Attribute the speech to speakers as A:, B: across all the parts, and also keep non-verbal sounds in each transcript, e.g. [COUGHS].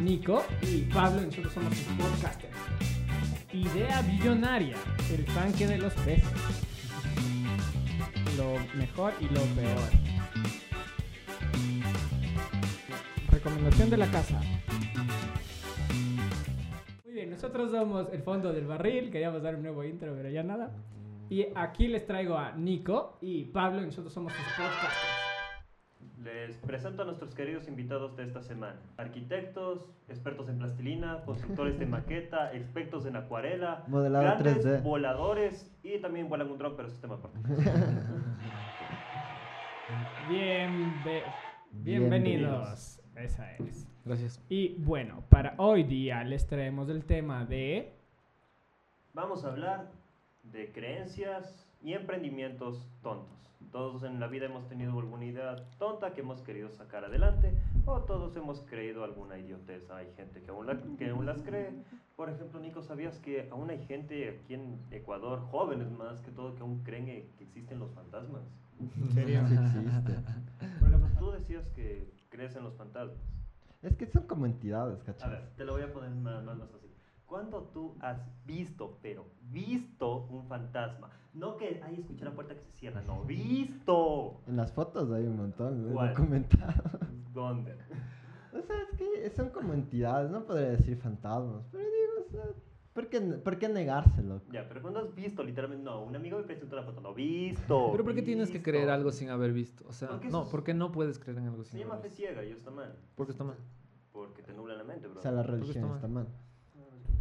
A: Nico y Pablo, y nosotros somos sus podcasters. Idea billonaria, el tanque de los peces. Lo mejor y lo peor. Recomendación de la casa. Muy bien, nosotros somos el fondo del barril, queríamos dar un nuevo intro, pero ya nada. Y aquí les traigo a Nico y Pablo, y nosotros somos sus podcasters.
B: Les presento a nuestros queridos invitados de esta semana. Arquitectos, expertos en plastilina, constructores
C: [LAUGHS]
B: de maqueta, expertos en acuarela,
C: Modelado
B: grandes
C: 3D.
B: voladores y también vuelan un dron, pero eso es tema aparte.
A: Bienve- bienvenidos.
C: Bienvenidos.
A: Esa es.
D: Gracias.
A: Y bueno, para hoy día les traemos el tema de
B: Vamos a hablar de creencias y emprendimientos tontos. Todos en la vida hemos tenido alguna idea tonta que hemos querido sacar adelante o todos hemos creído alguna idiotez. Hay gente que aún, la- que aún las cree. Por ejemplo, Nico, ¿sabías que aún hay gente aquí en Ecuador, jóvenes más que todo, que aún creen eh, que existen los fantasmas?
A: ¿En serio?
C: Sí existe.
B: Por ejemplo, tú decías que crees en los fantasmas.
C: Es que son como entidades,
B: A
C: ¿cachai?
B: ver, te lo voy a poner más, más, más así. ¿Cuándo tú has visto, pero visto un fantasma? No que ahí escuché la puerta que se cierra, no, visto.
C: En las fotos hay un montón, es
B: ¿Cuál?
C: documentado. [LAUGHS]
B: ¿Dónde?
C: O sea, es que son como entidades, no podría decir fantasmas, pero digo, o sea, ¿por qué, por qué negárselo?
B: Ya, pero cuando has visto, literalmente, no, un amigo me presentó una foto, no, visto.
D: Pero ¿por qué tienes que
B: visto.
D: creer algo sin haber visto? O sea,
B: Porque eso
D: no,
B: es-
D: ¿por qué no puedes creer en algo
B: Se
D: sin
B: llama
D: haber
B: fe
D: visto?
B: ciega y está mal,
D: Porque está mal.
B: porque te nubla la mente, bro.
C: O sea, la
D: qué
C: religión
D: está
C: está mal.
B: [LAUGHS]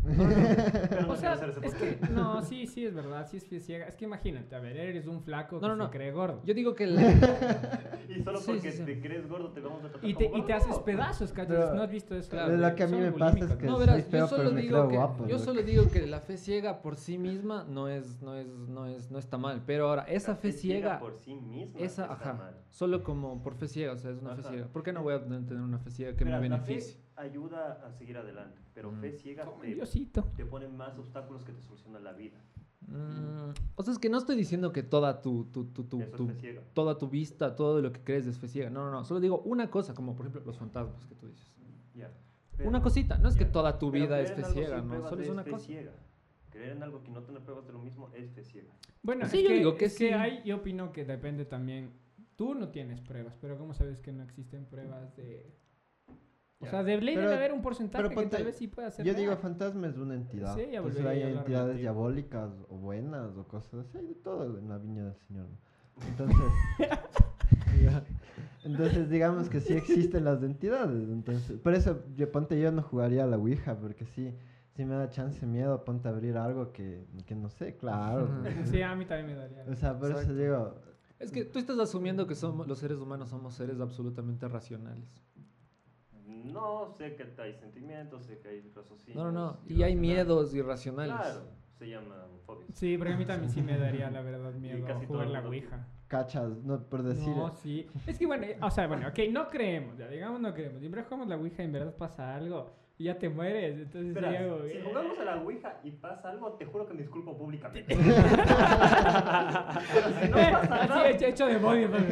B: Pero
D: [LAUGHS]
B: no
A: O sea,
B: quiero hacer ese
A: es que,
B: podcast.
A: no, sí, sí, es verdad, sí es que ciega. Es que imagínate, a ver, eres un flaco que
D: No, no, no.
A: se cree gordo.
D: Yo digo que la-
B: Y solo
D: Sí, sí,
B: porque
D: sí.
B: te crees gordo te vamos a tratar
A: Y te,
B: como
A: y te
B: gordo.
A: haces pedazos, ¿cachai?
C: Pero-
A: No has visto eso.
D: Claro,
C: lo que a mí
A: Son
C: me pasa es
A: bulímicos,
C: que-
A: ¿no?
D: no,
C: soy feo,
D: verás, yo
C: pero
D: solo
C: me
D: digo
C: creo
D: que
C: guapo,
D: yo
C: loco.
D: solo digo que la fe ciega por sí misma no es no es no es no está mal, pero ahora esa
B: La
D: fe ciega
B: por sí misma
D: esa
B: está
D: ajá,
B: mal.
D: solo como por fe ciega, o sea, es una fe
B: Ajá.
D: ciega. ¿Por qué no voy a tener una fe ciega que
B: Verás,
D: me
B: la fe
D: beneficie?
B: ayuda a seguir adelante, pero
D: Mm.
B: fe ciega
A: Como
B: te,
A: Diosito.
B: te pone más obstáculos que te solucionan la vida.
D: Mm, o sea, es que no estoy diciendo que toda tu tu tu tu,
B: Eso
D: tu-
B: es fe ciega.
D: toda tu vista, todo lo que crees es fe ciega. No, no, no, solo digo una cosa, como por ejemplo los fantasmas que tú dices.
B: Ya.
D: Una
B: Pero-
D: cosita, no es que
B: ya.
D: toda tu
B: Pero
D: vida
B: creer
D: es
B: en
D: fe
B: algo sin
D: ciega, no,
B: pruebas
D: solo es una
B: fe
D: cosa.
B: ciega. Creer en algo que no tener pruebas de lo mismo es fe ciega.
A: Bueno,
D: Sí,
A: es
D: yo
A: que,
D: digo que
A: es que
D: sí.
A: hay, yo opino que depende también. Tú no tienes pruebas, pero ¿cómo sabes que no existen pruebas de. O
B: Ya.
A: sea, de ley debe
C: Pero-
A: haber un porcentaje
C: pero
A: que
C: ponte-
A: tal vez sí pueda ser.
C: Yo digo,
A: real.
C: fantasma es una entidad.
A: Sí, ya
C: Entonces
A: volvería
C: hay
A: a hablar
C: entidades
A: contigo.
C: diabólicas o buenas o cosas así, hay de todo en la viña del Señor.
A: [LAUGHS]
C: ¿no? Entonces, [LAUGHS] diga- entonces digamos que sí existen las entidades. Entonces, por eso yo ponte yo no jugaría a la Ouija, porque sí, si me da chance miedo, ponte a abrir algo que, que no sé, claro.
A: [LAUGHS] Sí, a mí también me daría.
C: O sea, por eso digo,
D: Es que tú estás asumiendo que somos, los seres humanos somos seres absolutamente racionales.
B: No, sé que hay sentimientos, sé que hay raciocinios.
D: No, no, no. Y hay
B: irracionales.
D: miedos irracionales.
B: Claro, se llaman fobias.
A: Sí, porque a mí también sí me daría, la verdad, miedo
B: casi todo
A: jugar
B: el
A: la
B: mundo
A: Ouija.
C: cachas, no por decir.
A: No, sí. Es que bueno, eh, o sea, bueno, ok, no creemos, ya digamos no creemos. Siempre jugamos la Ouija y en verdad pasa algo y ya te mueres. Entonces,
B: Verás,
A: sería como,
B: si
A: eh, [LAUGHS]
B: jugamos a la Ouija y pasa algo, te juro que me disculpo
D: [LAUGHS]
B: públicamente. si no
A: eh,
B: pasa nada,
A: así hecho, hecho pues. de body.
B: [LAUGHS]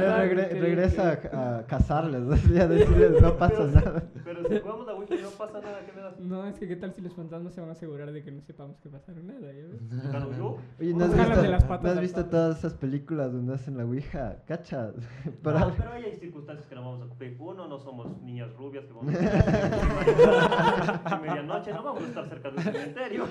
C: Le regre-
A: Que-
C: regresa a, a casarles, [LAUGHS] y a decirles no
A: [LAUGHS]
C: pasa
B: Pero-
C: nada.
B: Pero si jugamos la Ouija y no pasa nada, ¿qué me das?
A: No, es que qué tal si los fantasmas se van a asegurar de que no sepamos que pasaron nada, ¿ya
C: [LAUGHS]
A: ves?
B: Claro, yo.
C: Oye, ¿no has
A: Ojalá
C: visto,
A: de las
C: no
A: patas
C: has
A: al
C: visto
A: palo.
C: todas esas películas donde hacen la Ouija? ¿Cachas? [LAUGHS] Para-
B: Ah, pero ahí hay circunstancias que no vamos a cumplir. Uno, no somos niñas rubias que
C: [LAUGHS]
B: vamos a y medianoche no vamos a estar cerca del
C: [LAUGHS]
B: cementerio.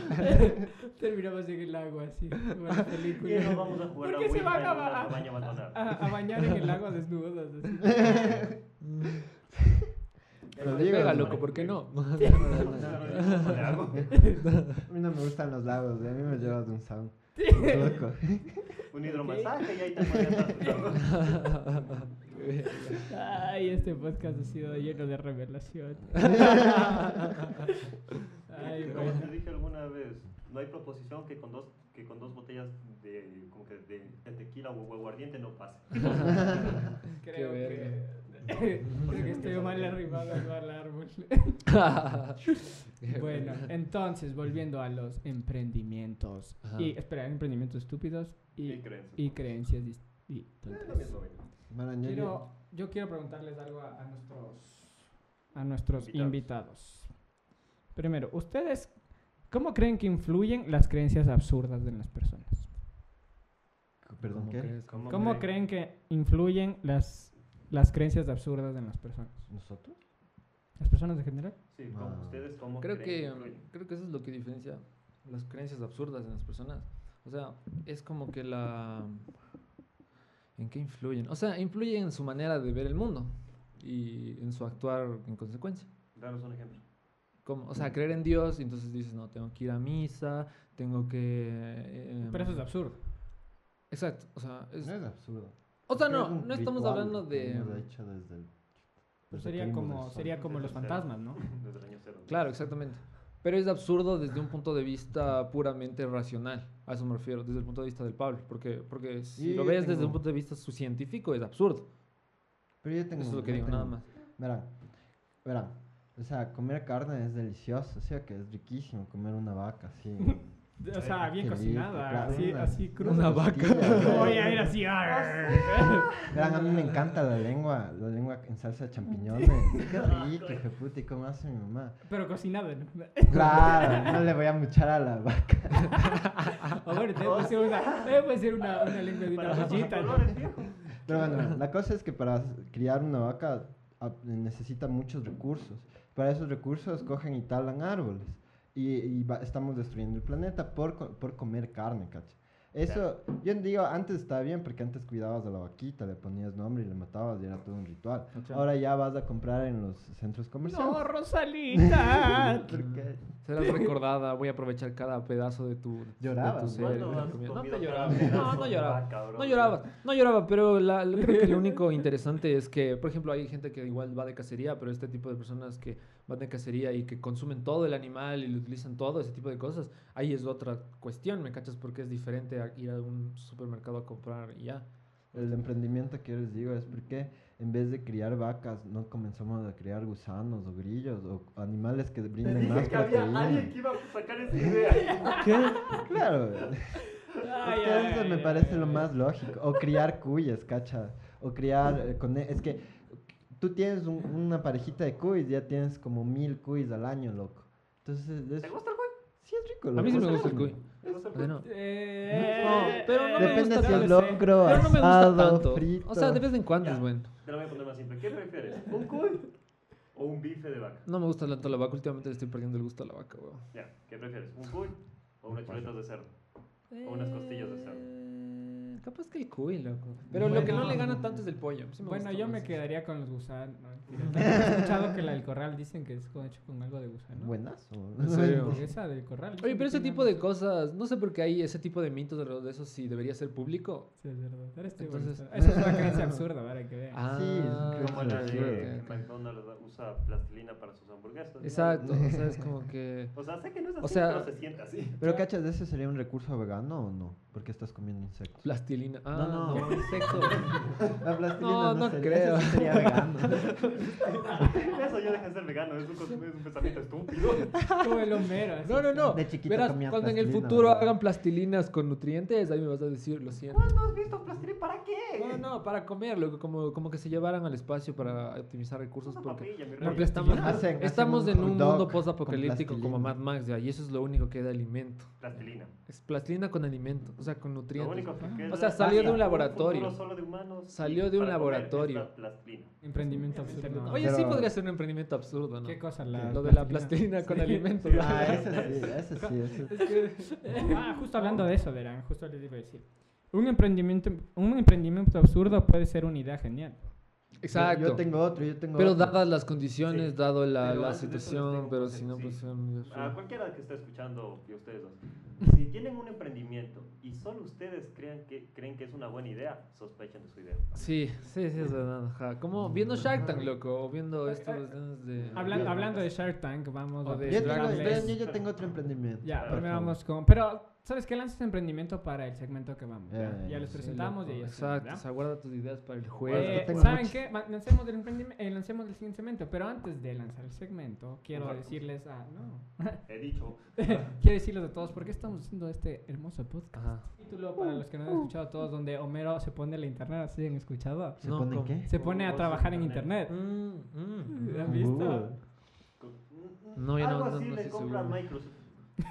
A: Terminamos en el agua así, como en la
B: Y no
A: película.
B: vamos a
A: ¿Por
B: jugar la
A: qué se
B: Ouija
A: van
B: en
A: a
B: una
A: ba-
B: cabaña abandonada.
A: A, a bañar en el agua desnudos. así.
C: [LAUGHS] Pero
D: Te
C: digo,
D: pega,
C: no.
D: loco, Mm. ¿por qué
C: [LAUGHS]
D: no? [LAUGHS]
B: ¿Cómo le hago?
C: A mí no me gustan los lagos, ¿eh? a mí me llevas de un
A: [LAUGHS]
C: sound. Loco.
B: Un hidromasaje y ahí te
D: [LAUGHS]
B: acuerdas.
A: Ay, este podcast ha sido lleno de
D: [LAUGHS]
A: revelación. Ay,
B: Como
A: bueno.
B: te dije alguna vez, no hay proposición que con dos, que con dos botellas de, como que de, de tequila o aguardiente no pase.
A: Creo [LAUGHS]
D: Qué
A: que. Creo que estoy mal arrimado al árbol. [LAUGHS] Bueno, entonces, volviendo a los emprendimientos.
D: Ajá.
A: Y, espera, emprendimientos estúpidos y,
B: Y creencias.
A: y creencias dis- y
B: Es
D: Eh,
A: tontas.
B: lo mismo, güey.
C: Marañón,
A: Quiero, yo quiero preguntarles algo a, a nuestros a nuestros
B: Invitados.
A: invitados. Primero, ¿ustedes cómo creen que influyen las creencias absurdas de las personas?
C: Perdón, ¿qué?
B: ¿Cómo
A: ¿Cómo creen que influyen las, las creencias absurdas en las personas?
C: ¿Nosotros?
A: ¿Las personas en general?
B: Sí, ¿cómo-
C: Ah.
B: ¿Ustedes cómo
D: Creo que,
B: creen?
D: um, creo que eso es lo que diferencia las creencias absurdas en las personas. O sea, es como que la... ¿En qué influyen? O sea, influyen en su manera de ver el mundo y en su actuar en consecuencia.
B: Danos un ejemplo. [LAUGHS]
D: Como, o sea, creer en Dios, y entonces dices, no, tengo que ir a misa, tengo que... eh,
A: Pero eso es
D: em,
A: absurdo.
D: Exacto, o sea, es-
C: No es absurdo.
D: o sea,
C: Es que
D: no,
C: es un
D: no estamos
C: ritual
D: hablando
C: que hemos
D: de...
C: hecho desde el- desde que
A: mm, pues Sería
C: vimos el
A: como,
C: sol.
A: sería como los
B: Desde cero.
A: fantasmas, ¿no?
B: Desde el año cero.
D: Claro, exactamente. Pero es absurdo desde un punto de vista puramente racional, a eso me refiero, desde el punto de vista del Pablo, porque, porque si
C: Y
D: lo
C: yo
D: ves desde
C: tengo-
D: un punto de vista su científico es absurdo.
C: Pero yo tengo
D: Eso es lo
C: un-
D: que
C: yo
D: digo,
C: tengo
D: nada
C: un-
D: más.
C: Verán, verán. O sea, comer carne es delicioso, o sea que es riquísimo comer una vaca así.
A: [LAUGHS] O sea, bien
C: Qué rico,
A: cocinada,
C: claro,
A: así,
C: una-
A: así cruda.
D: una vaca.
C: costilla,
A: Voy a ir así. "Arr".
C: Verán, a mí me encanta la lengua, la lengua en salsa de [LAUGHS] champiñones. Qué rico, hijo de puta, y cómo hace mi [LAUGHS] mamá.
A: Pero cocinada, ¿no? [LAUGHS]
C: Este [LAUGHS] Claro, no le voy a muchar a la vaca.
A: O bueno, también puede ser una, también puede ser una, una lengua de una
B: Para los
A: pollita, ¿no?
B: colores, viejo.
C: Pero bueno, la cosa es que para criar una vaca ah, necesita muchos recursos. Para esos recursos cogen y talan árboles. Y, y va- estamos destruyendo el planeta por, co- por comer carne, ¿cachai? Eso, yo digo, antes estaba bien porque antes cuidabas a la vaquita, le ponías nombre y le matabas y era todo un ritual.
D: Ok.
C: Ahora ya vas a comprar en los centros comerciales.
A: No, Rosalita.
C: ¿Por qué?
D: Serás recordada, voy a aprovechar cada pedazo de tu, de
C: Llorabas,
D: tu
C: ¿no?
D: ser, de
B: ¿Cuándo
D: tu
B: has
D: comida. No
B: comido
D: te
B: cada
D: lloraba.
B: pedazo
D: No, no
B: de
D: lloraba.
B: vaca, bro?
D: No lloraba, no lloraba, pero la- la- creo que
A: [LAUGHS]
D: lo único interesante es que, por ejemplo, hay gente que igual va de cacería, pero este tipo de personas que van de cacería y que consumen todo el animal y lo utilizan todo, ese tipo de cosas, ahí es otra cuestión, ¿me cachas? Porque es diferente a ir a un supermercado a comprar y ya.
C: El emprendimiento que yo les digo es porque en vez de criar vacas, no comenzamos a criar gusanos o grillos o animales que
B: Te
C: brinden más
B: dije que había
C: proteína.
B: alguien que iba a sacar esa idea. [LAUGHS]
C: ¿Qué? Claro.
A: [LAUGHS] Ay,
C: Entonces, eso
A: ay,
C: me
A: ay,
C: parece
A: ay.
C: lo más lógico. O criar cuyes, cacha. O criar eh, cone- Es que tú tienes un- una parejita de cuyes, ya tienes como mil cuyes al año, loco. Entonces, es,
B: ¿Te gusta el cuy?
C: sí es rico.
D: A mí sí me gusta el cuy.
B: ¿Te gusta el
D: O sea,
B: cuy?
D: no.
A: Eh,
D: No, pero no me
C: Depende
D: gusta
C: si
A: no
C: es
A: lo sé.
C: locro,
D: Pero no me gusta
C: asado,
D: tanto.
C: frito.
D: O sea, de vez en cuando
B: Ya.
D: es bueno.
B: Te lo voy a poner más simple. ¿Qué prefieres? ¿Un cuy o un bife de vaca?
D: No me gusta tanto la vaca, últimamente le estoy perdiendo el gusto a la vaca, weón.
B: Ya, ¿qué prefieres? ¿Un cuy o unas chuletas de cerdo? O unas costillas de cerdo.
D: Eh, Capaz que el cuy, loco. Pero lo que no le gana tanto es el pollo. Sí me
A: Bueno,
D: gusta
A: yo
D: más
A: me
D: eso.
A: quedaría con los gusanos. No, mentira. He escuchado que la del corral dicen que es con- hecho con algo de gusano.
C: Buenazo.
D: En serio.
A: Hamburguesa del corral.
D: Oye,
A: dicen
D: pero
A: que
D: ese
A: tiene
D: tipo de
A: hamburguesa.
D: cosas, no sé por qué hay ese tipo de mitos alrededor de eso, si debería ser público.
A: Sí, es verdad. Ahora estoy
D: Entonces-
A: bonito. Esa es una
D: [LAUGHS]
A: creencia absurda, para que vean.
C: es
B: Como la
C: Sí,
B: de
D: Ah, ok, ok.
B: McDonald's usa plastilina para sus hamburguesas. ¿no?
D: Exacto, o sea, es
C: [LAUGHS]
D: como que...
B: O sea, sé que no es así,
D: O sea-
B: pero se siente así.
C: Pero, ¿cachas? ¿Ese sería un recurso vegano o no? Porque estás comiendo insectos.
D: Plastilina. Ah,
C: No, no.
D: insecto.
C: La plastilina
D: No, no
C: sería-
D: creo.
C: eso sí
A: [LAUGHS]
C: sería vegano.
B: [LAUGHS] Eso ya deja de ser vegano, es un, cos- es un pensamiento estúpido.
D: Ah.
A: Como el Homero. así.
D: [LAUGHS] No, no, no.
C: De chiquito
D: Verás,
C: comía
D: cuando en el
C: plastilina,
D: futuro
C: ¿verdad?
D: hagan plastilinas con nutrientes, ahí me vas a decir, lo siento.
B: ¿Cuándo has visto plastilina? ¿Para qué?
D: No, no, para comer, loco, como, como que se llevaran al espacio para optimizar recursos.
B: Una
D: Porque
B: papilla, mi rey.
D: Porque estamos,
C: Hacen- hacen
D: estamos
C: un
D: en
C: hot
D: un
C: dog
D: mundo
C: con
D: post-apocalíptico como
C: plastilina.
D: Mad Max, ya, y eso es lo único que da alimento.
B: Plastilina. Lo
D: Es plastilina con alimento, o sea, con nutrientes.
B: único que queda-
D: O sea, salió de un laboratorio.
B: futuro solo de humanos
D: Salió
B: y
D: de un
B: para comer
D: laboratorio.
B: es la plastilina.
A: Emprendimiento absurdo. no.
D: Oye, sí
C: Pero-
D: podría ser un emprendimiento absurdo, ¿no?
A: ¿Qué cosa? La
D: Lo de la plastilina con
A: Sí.
D: alimento. ¿no?
C: Ah, ese sí, ese sí. Ese sí.
A: [LAUGHS] Ah, justo hablando de eso, verán, justo les iba a decir. Un emprendimiento, un emprendimiento absurdo puede ser una idea genial.
D: Exacto.
C: Yo tengo otro, yo tengo
D: Pero
C: otro.
D: dadas las condiciones,
B: Sí.
D: dado la,
B: Pero
D: la
B: antes de eso les tengo Ah,
D: situación,
B: un
D: pero
B: consejo,
D: si no,
B: sí.
D: pues... son-
B: A
D: son-
B: cualquiera que está escuchando y ustedes dos, si tienen un emprendimiento y solo ustedes crean que, creen que es una buena idea, sospechen de su idea.
D: Sí, sí, sí, es verdad. ajá.
B: Mm,
D: Como viendo Shark Tank, loco, o viendo estos... de...
A: Hablan- hablando de Shark Tank, vamos
D: O
A: a
D: de
A: ver,
C: Yo tengo,
D: Dragon
A: darles-
D: Ball.
C: esperen, yo ya tengo otro emprendimiento.
A: Ya,
C: Por
A: primero
C: favor.
A: vamos con. Pero ¿Sabes qué? Lanzas emprendimiento para el segmento que vamos. Ya,
C: Eh,
A: Ya les
C: sí,
A: presentamos y ahí está,
D: Exacto,
A: ¿verdad?
D: o sea, guarda tus ideas para el
C: Pues,
A: Eh,
D: juego.
C: no tengo
A: ¿Saben
C: mucho.
A: qué? Va- Lancemos el, emprendimi- eh, lancemos el siguiente segmento, pero antes de lanzar el segmento, quiero
B: Exacto.
A: decirles a... No.
B: He dicho.
A: quiero decirles a todos por qué estamos haciendo este hermoso podcast.
D: Ajá.
A: Título para
D: Uh.
A: los que no han escuchado todos, donde Homero se pone la internet, ¿sí han escuchado?
C: ¿Se
D: No,
C: pone
D: ¿cómo?
C: qué?
A: Se pone a
B: Oh,
A: trabajar en
B: sí, también.
A: internet.
D: Mm, mm.
A: ¿Lo han visto?
C: Uh.
D: No, ya no-
B: Algo
D: no-
B: así
D: no
B: le
D: estoy
B: compra a
D: seguro.
B: Microsoft.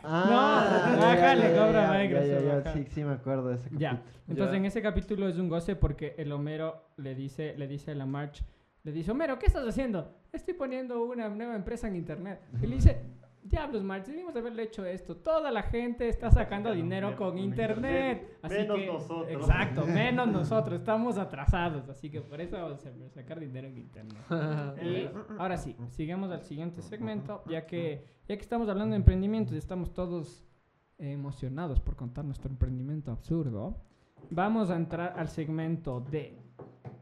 C: Ah,
A: No,
C: ya,
A: ajá,
C: ya,
A: le
C: ya,
A: cobra
C: ya,
A: Microsoft,
C: ya, ya,
A: ajá.
C: Sí, sí me acuerdo de ese
A: Ya.
C: capítulo.
A: Entonces
D: Ya.
A: en ese capítulo es un goce porque el Homero le dice, le dice a la March, le dice, Homero, ¿qué estás haciendo? Estoy poniendo una nueva empresa en internet. Y le dice, diablos March, debimos haberle hecho esto. Toda la gente está sacando
B: sacando
A: dinero
B: dinero
A: con
B: con
A: internet.
B: internet.
A: Así
B: Menos
A: que-
B: nosotros". [LAUGHS]
A: Exacto, menos nosotros. Estamos atrasados. Así que por eso vamos a sacar dinero en internet.
B: [LAUGHS] Eh.
A: Y ahora sí, sigamos al siguiente segmento, ya que, ya que estamos hablando de emprendimientos y estamos todos eh, emocionados por contar nuestro emprendimiento absurdo, vamos a entrar al segmento de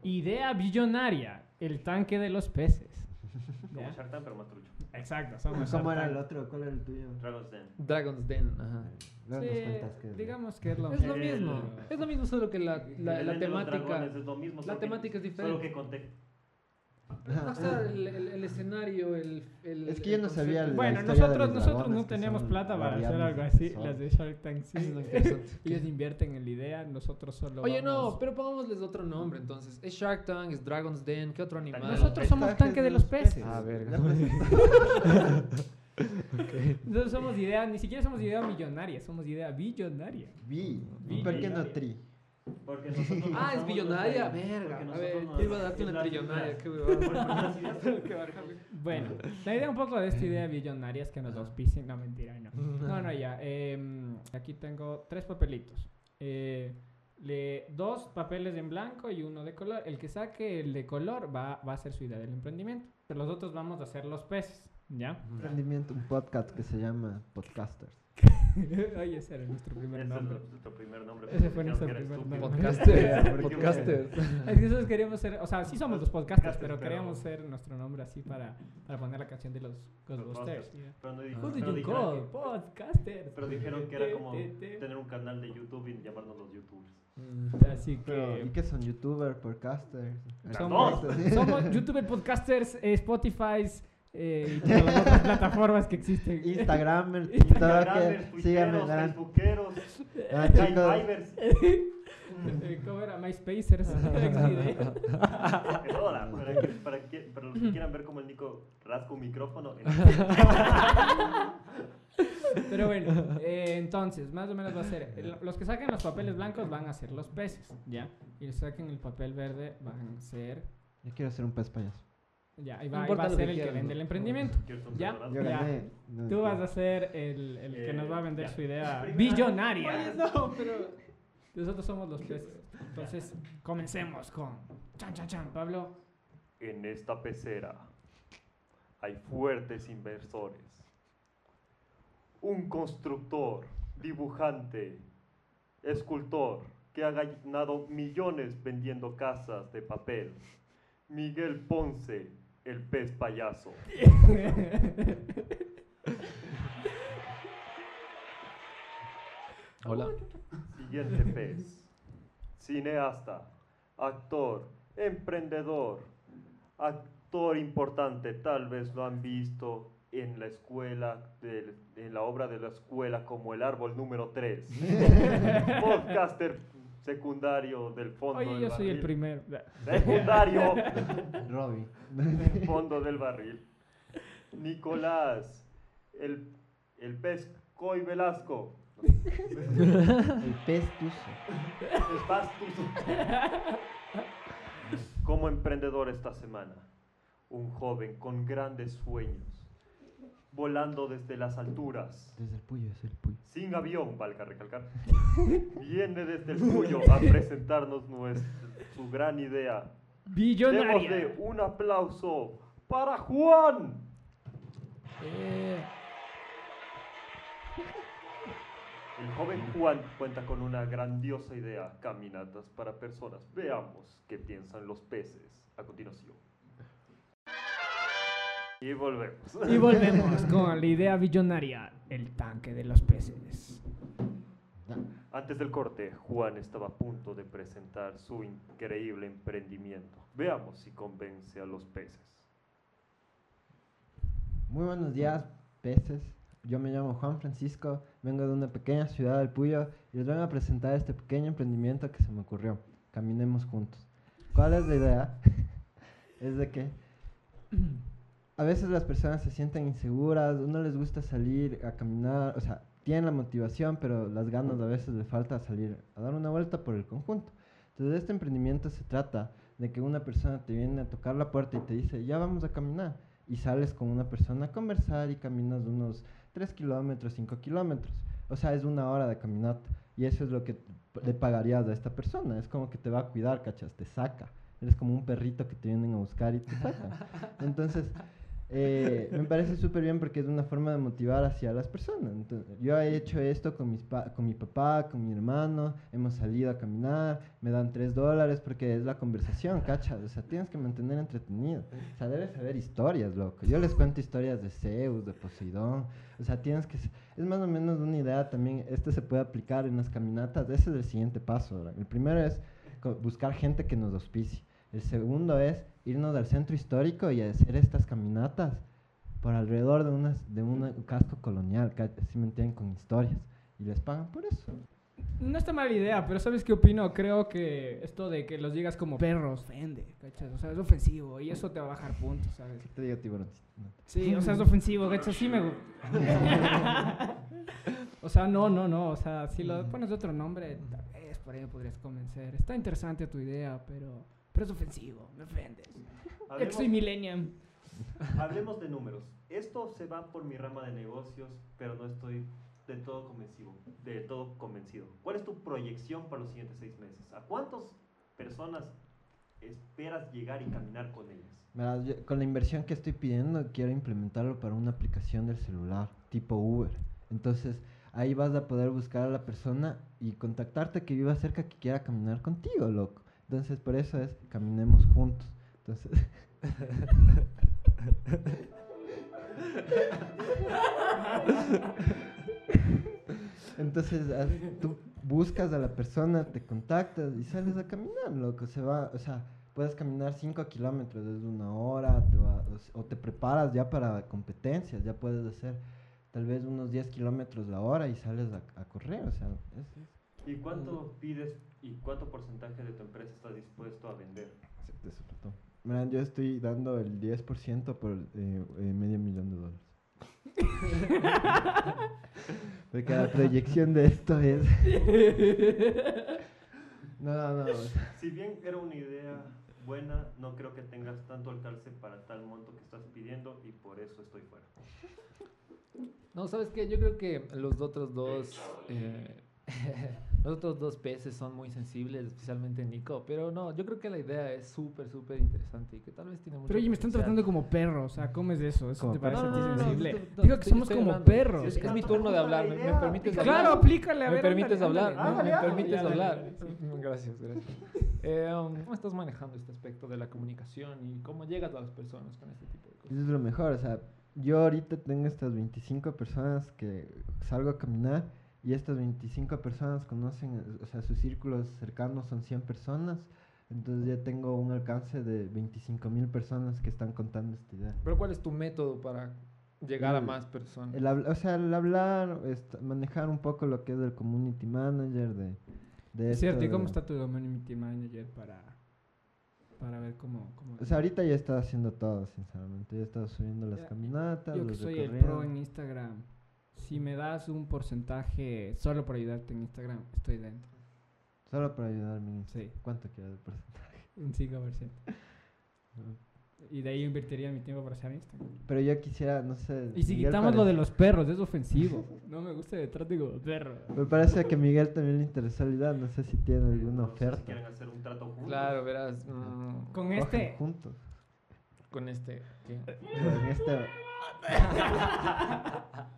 A: Idea Billonaria, el tanque de los peces.
B: Como
A: ¿Ya?
B: Shark Tank, pero más trucho.
A: Exacto, somos
C: ¿Cómo
A: Shark
C: era el
A: Tank.
C: otro? ¿Cuál era el tuyo?
B: Dragon's Den.
D: Dragon's Den, ajá.
C: Luego nos
A: Sí,
C: cuentas qué es.
A: digamos que es lo
D: Es
A: mismo.
D: lo mismo, es lo mismo, solo que la, la,
B: El
D: la
B: Eden de los
D: temática.
B: dragones es lo mismo,
D: la
B: solo que-
D: temática es
B: Solo
D: diferente.
B: que conté.
D: O sea, el, el- el escenario, el, el-
C: Es que yo
D: el
C: no sabía
D: concepto.
C: la
A: Bueno,
C: historia de
A: nosotros,
C: los
A: nosotros
C: dragones
A: no
C: que
A: tenemos
C: son
A: plata para hacer
C: variables
A: algo
C: que
A: así,
C: son.
A: las de Shark Tank sí.
C: [LAUGHS]
D: Eso es lo
A: [LAUGHS]
D: interesante.
A: Ellos invierten en la idea, nosotros solo
D: Oye,
A: vamos-
D: no, pero pongámosles otro nombre entonces. Es Shark Tank, es Dragon's Den, ¿qué otro animal?
A: Nosotros somos
C: Ventajas
A: tanque de los peces. [LAUGHS]
D: Ah, verga.
A: Nosotros somos idea, ni siquiera somos idea millonaria, somos idea billonaria.
C: Vi.
A: Vi.
C: ¿Por qué no tri?
B: Porque
D: [LAUGHS]
B: nosotros
D: Ah, es billonaria, verga. A ver, yo iba a darte una
B: [LAUGHS]
D: trillonaria, qué [LAUGHS] huevada. Qué barca, [LAUGHS] güey.
A: Bueno, la idea un poco de esta idea billonaria es que nos auspicien, no mentira, no. No, no, ya. em, aquí tengo tres papelitos. Eh, le- dos papeles en blanco y uno de color. El que saque el de color va, va a ser su idea del emprendimiento. Pero los otros vamos a hacer los peces, ¿ya? [LAUGHS]
C: Emprendimiento, un podcast que se llama Podcasters.
A: Oye, ese era nuestro primer nombre.
B: nuestro primer nombre.
A: Ese
B: porque
A: fue
B: dijeron
A: nuestro
B: que era
A: primer
B: estúpido. [LAUGHS]
A: nombre.
D: [LAUGHS] Podcaster,
B: Porque-
D: podcaster.
A: Es que nosotros queríamos ser, o sea, sí somos los podcasters,
B: Podcasters,
A: pero
B: pero-
A: queríamos ser nuestro nombre así para, para poner la canción de los Ghostbusters.
B: Pero no dijo-
A: Who do
B: pero
A: you
B: dijeron
A: call?
B: que-
A: Podcasters.
B: Pero dijeron que era como
A: Te, te, te.
B: tener un canal de YouTube y llamarnos los YouTubers.
D: Mm,
A: Así
C: Pero, ¿y
A: que
C: qué son? ¿Youtuber? ¿Podcasters?
A: somos,
C: [LAUGHS]
A: [LAUGHS]
C: artistas?
A: somos YouTuber podcasters, eh, Spotify eh, y todas las otras plataformas que existen. [LAUGHS]
C: Instagramer,
B: Instagramers,
C: TikToker, síganme,
B: tuiteros,
C: gran,
B: facebookeros,
C: gran chicos.
A: [LAUGHS]
B: Vibers.
A: Eh, ¿Cómo era? MySpacers. Xvideo.
D: [LAUGHS]
B: Que joda, para, que- para, que- para los que quieran ver cómo el Nico rasca un micrófono,
D: [LAUGHS]
B: en-
A: Pero bueno, eh, entonces, más o menos va a ser. eh, lo- Los que saquen los papeles blancos van a ser los peces, ¿ya? Y los que saquen el papel verde van a ser.
C: Yo quiero ser un pez payaso.
A: Ya, ahí
D: No
A: va, ahí
D: importa
A: va a
D: lo
A: ser
D: que
A: el que
D: quieran,
A: vende el
D: ¿no?
A: emprendimiento.
B: quiero ser un
A: Ya.
B: personaje.
C: Yo
A: Ya.
C: gané. No,
A: Tú vas
C: tío.
A: a ser el, el que nos va a vender
B: Eh, ya.
A: su idea
B: Primero-
A: billonaria.
D: Oye, no, pero.
A: Nosotros somos los peces. Entonces, comencemos con. Chan, chan, chan. Pablo,
B: En esta pecera hay fuertes inversores. Un constructor, dibujante, escultor que ha ganado millones vendiendo casas de papel. Miguel Ponce, el pez payaso.
D: Hola.
B: Siguiente pez. Cineasta, actor, emprendedor, actor importante. Tal vez lo han visto en la escuela, del- en la obra de la escuela como el árbol número 3. Podcaster secundario del fondo
A: oye,
B: del
A: yo soy el
B: barril.
A: primero. [LAUGHS]
B: Secundario
C: Robbie.
B: del fondo del barril. Nicolás, el, el pez
A: [LAUGHS]
B: Coy Velasco.
C: El pez tuzo.
B: Estás tú. Como emprendedor esta semana, un joven con grandes sueños, volando desde las alturas,
C: Desde el puyo, es el puyo.
B: sin avión, valga recalcar, viene desde el suyo a presentarnos nues- su gran idea.
A: Billonaria.
B: Démosle un aplauso para Juan.
D: Eh,
B: El joven Juan cuenta con una grandiosa idea, caminatas para personas. Veamos qué piensan los peces a continuación. Y volvemos.
A: Y volvemos con la idea billonaria, el tanque de los peces.
B: Antes del corte, Juan estaba a punto de presentar su increíble emprendimiento. Veamos si convence a los peces.
C: Muy buenos días, peces. Yo me llamo Juan Francisco, vengo de una pequeña ciudad del Puyo y les vengo a presentar este pequeño emprendimiento que se me ocurrió. Caminemos juntos. ¿Cuál es la idea? [LAUGHS] es de que a veces las personas se sienten inseguras, no les gusta salir a caminar, o sea, tienen la motivación, pero las ganas a veces les falta salir a dar una vuelta por el conjunto. Entonces, este emprendimiento se trata de que una persona te viene a tocar la puerta y te dice, ya vamos a caminar. Y sales con una persona a conversar y caminas unos 3 kilómetros, 5 kilómetros. O sea, es una hora de caminata. Y eso es lo que le pagarías a esta persona. Es como que te va a cuidar, cachas, te saca. Eres como un perrito que te vienen a buscar y te sacan. Entonces, eh, me parece súper bien porque es una forma de motivar hacia las personas. Entonces, yo he hecho esto con, mis pa- con mi papá, con mi hermano, hemos salido a caminar, me dan tres dólares porque es la conversación, ¿cachas? O sea, tienes que mantener entretenido. O sea, debes saber historias, loco. Yo les cuento historias de Zeus, de Poseidón. O sea, tienes que... s- Es más o menos una idea también, este se puede aplicar en las caminatas. Ese es el siguiente paso. ¿verdad? El primero es co- buscar gente que nos auspicie. El segundo es irnos al centro histórico y hacer estas caminatas por alrededor de, unas, de un casco colonial, si me entienden, con historias. Y les pagan por eso.
A: No está mala idea, pero ¿sabes qué opino? Creo que esto de que los digas como perros ofende, ¿cachas? O sea, es ofensivo y eso te va a bajar puntos, ¿sabes?
C: ¿Qué te digo, tiburón? No.
A: Sí, o sea, es ofensivo, ¿cachas? Sí me gusta. [LAUGHS] o sea, no, no, no. O sea, si lo pones de otro nombre, tal vez por ahí me podrías convencer. Está interesante tu idea, pero, pero es ofensivo, me ofendes. Es que
B: Hablemos-
A: soy millennial.
B: Hablemos de números. Esto se va por mi rama de negocios, pero no estoy de todo convencido. De todo convencido. ¿Cuál es tu proyección para los siguientes seis meses? ¿A cuántas personas esperas llegar y caminar con ellas?
C: Verás, yo- con la inversión que estoy pidiendo, quiero implementarlo para una aplicación del celular, tipo Uber. Entonces, ahí vas a poder buscar a la persona y contactarte que viva cerca que quiera caminar contigo, loco. Entonces, por eso es caminemos juntos. Entonces, [LAUGHS] Entonces as- tú buscas a la persona, te contactas y sales a caminar, loco. Se va, o sea, puedes caminar 5 kilómetros desde una hora, te va- o s- o te preparas ya para competencias, ya puedes hacer tal vez unos 10 kilómetros la hora y sales a, a correr, o sea, es- es-
B: ¿Y cuánto pides y cuánto porcentaje de tu empresa estás dispuesto a vender?
C: se te soltó. Mira, yo estoy dando el 10% por eh, eh, medio millón de dólares. [LAUGHS] Porque la proyección de esto es... [LAUGHS] No, no, no.
B: Si bien era una idea buena, no creo que tengas tanto alcance para tal monto que estás pidiendo y por eso estoy fuera.
D: No, ¿sabes qué? Yo creo que los otros dos. eh, [LAUGHS] los otros dos peces son muy sensibles, especialmente Nico. Pero no, yo creo que la idea es súper, súper interesante y que tal vez tiene mucho
A: Pero oye, me están
D: potencial.
A: tratando como perro, o sea, ¿cómo es eso? ¿Eso
C: Como
A: te parece
D: No,
A: a ti
D: no, no, no,
A: sensible?
D: no, no,
A: Digo que
D: estoy-
A: somos
D: estoy
A: como
D: hablando.
A: perros.
D: Es,
B: Sí,
D: es mi
B: no,
D: turno de
B: no,
D: hablar.
B: la
D: ¿Me, me
B: idea.
D: permites
A: Claro,
D: hablar?
A: aplícale, a
D: ¿Me
A: ver,
D: permites
A: ándale,
D: hablar?
A: ándale.
D: ¿Me- ¿Me
B: Ándale,
D: permites
A: ándale,
D: hablar?
A: ándale.
D: Mm, Gracias, [LAUGHS] gracias. Eh, um, ¿Cómo estás manejando este aspecto de la comunicación y cómo llegas a las personas con este tipo de
C: Eso
D: cosas?
C: es lo mejor, o sea, yo ahorita tengo estas 25 personas que salgo a caminar y estas 25 personas conocen, o sea, sus círculos cercanos son 100 personas, entonces ya tengo un alcance de 25 mil personas que están contando esta idea.
D: Pero ¿cuál es tu método para llegar a
C: El-
D: más personas?
C: El habl- o sea, el hablar, est- manejar un poco lo que es el community manager de... de
A: Es cierto,
C: esto
A: ¿y cómo
C: de-
A: está tu community manager para, para ver cómo, cómo
C: O sea, ahorita ya está haciendo todo, sinceramente. Ya está subiendo las
A: Ya,
C: caminatas.
A: Yo que
C: los
A: soy el
C: recorridos.
A: pro en Instagram. Si me das un porcentaje solo por ayudarte en Instagram, estoy dentro.
C: Solo para ayudarme. en esto.
A: Sí.
C: ¿Cuánto quieres de porcentaje?
A: [LAUGHS] Un 5%. Ah. Y de ahí invertiría mi tiempo para hacer Instagram.
C: Pero yo quisiera, no sé.
A: Y si
C: Miguel
A: quitamos lo de
C: parece-
A: los perros, es ofensivo. [LAUGHS] No me gusta el trato como perro.
C: Me parece que a Miguel también le interesó la idea. No sé si tiene alguna
B: No sé si
C: oferta.
B: quieren hacer un trato juntos.
D: Claro, verás. mm,
A: Con Eh,
C: Cojan
A: este,
C: juntos.
D: con este. ¿qué?
C: En este-
A: [LAUGHS]
C: [LAUGHS]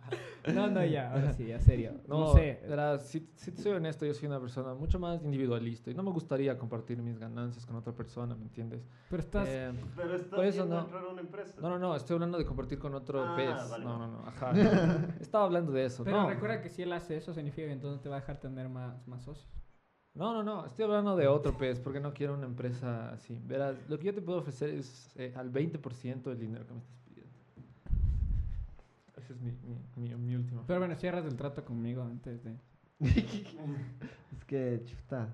A: No, no, ya, ahora sí, ya serio. [LAUGHS] No, eh,
D: No,
A: sé.
D: verás, si, si te soy honesto, yo soy una persona mucho más individualista y no me gustaría compartir mis ganancias con otra persona, ¿me entiendes?
A: Pero estás.
D: Eh,
B: Pero estás
D: Por eso
B: viendo
D: no.
B: entrar a una empresa.
D: no, no, no, estoy hablando de compartir con otro
B: Ah,
D: pez.
B: vale.
D: No, no,
B: [LAUGHS]
D: no, ajá. no. Estaba hablando de eso,
A: pero
D: no.
A: recuerda que si él hace eso, significa que entonces te va a dejar tener más, más socios.
D: No, no, no, estoy hablando de otro pez porque no quiero una empresa así. Verás, lo que yo te puedo ofrecer es eh, al 20% el dinero que me estás pidiendo. Ese es mi, mi, mi, mi último.
A: Pero bueno, cierras el trato conmigo antes de.
C: es que, chuta.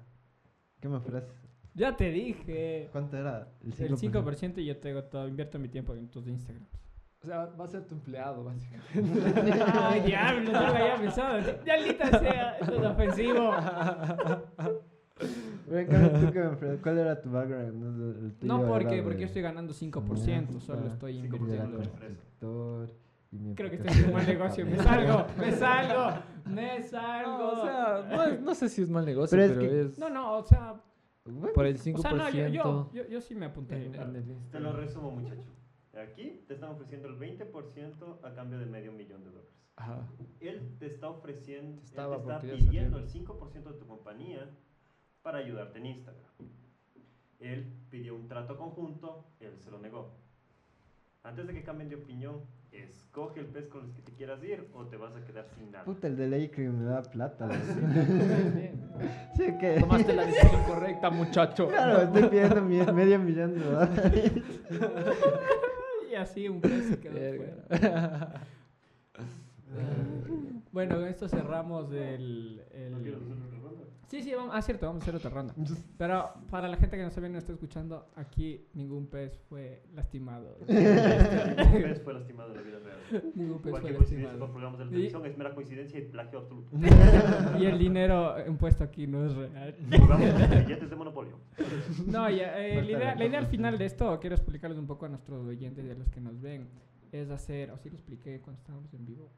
C: ¿Qué me ofreces?
A: Ya te dije.
C: ¿Cuánto era? El
A: El 5% y yo te digo todo, invierto mi tiempo en tus Instagram.
D: O sea, va a ser
A: [LAUGHS]
D: tu empleado, básicamente.
A: Ah, ya, no lo había pensado. Maldita sea, eso es ofensivo.
C: Pero en cambio, ¿tú qué me ofreces? ¿Cuál era tu background? No, El tuyo
A: No,
C: era
A: porque,
C: de
A: porque yo estoy ganando 5%, solo
C: Ah,
A: estoy
B: 5%
C: de
A: invirtiendo.
B: la
C: constructor y mi
A: Creo que este
C: aplicación
A: es un buen
C: de
A: negocio.
D: [LAUGHS]
A: Me
C: papel.
A: salgo, me salgo, me salgo.
D: No, o sea, no, es- no sé si es mal negocio,
C: Pero es
D: pero,
C: que-
D: es,
A: no, no, o sea,
C: Bueno,
D: por el 5%.
A: o sea, no, yo, yo, yo, yo sí me apunté.
D: en- en el
B: Te lo
D: Instagram.
B: resumo, muchacho. Aquí te están ofreciendo el 20% a cambio de medio millón de dólares.
D: Ajá.
B: Él te está ofreciendo,
D: Te estaba
B: él te está
D: porque ya
B: pidiendo el
D: salió.
B: 5% de tu compañía para ayudarte en Instagram. Él pidió un trato conjunto, él se lo negó. Antes de que cambien de opinión, escoge el pez con el que te quieras ir o te vas a quedar sin nada.
C: Puta, el de ley que me da plata. loco.
A: [LAUGHS]
C: Sí, que.
D: Tomaste
C: [LAUGHS]
D: la decisión correcta, muchacho.
C: Claro, estoy pidiendo mi- medio millón de dólares.
A: Y así un pez se quedó fuera.
D: Verga.
A: Bueno, con esto cerramos el... el-
B: ¿No quieres hacer otra [LAUGHS] ronda?
A: Sí, sí, vamos, ah, cierto, vamos a hacer otra ronda. Pero para la gente que no sabe y no está escuchando, aquí ningún pez fue
B: [LAUGHS]
A: lastimado.
B: Ningún Este pez fue lastimado en la vida real.
A: ningún pez fue
B: Cualquier coincidencia
A: lastimado.
B: con programas de la
A: Y-
B: televisión es mera coincidencia y plagio absoluto.
A: [LAUGHS] Y el dinero impuesto aquí no es real.
B: Jugamos con billetes de Monopolio.
A: No, ya, eh, la,
C: Falta
A: idea,
C: de
A: la idea al
C: cosas.
A: final de esto, quiero explicarles un poco a nuestros oyentes y a los que nos ven, es hacer, o si lo expliqué cuando estábamos en vivo,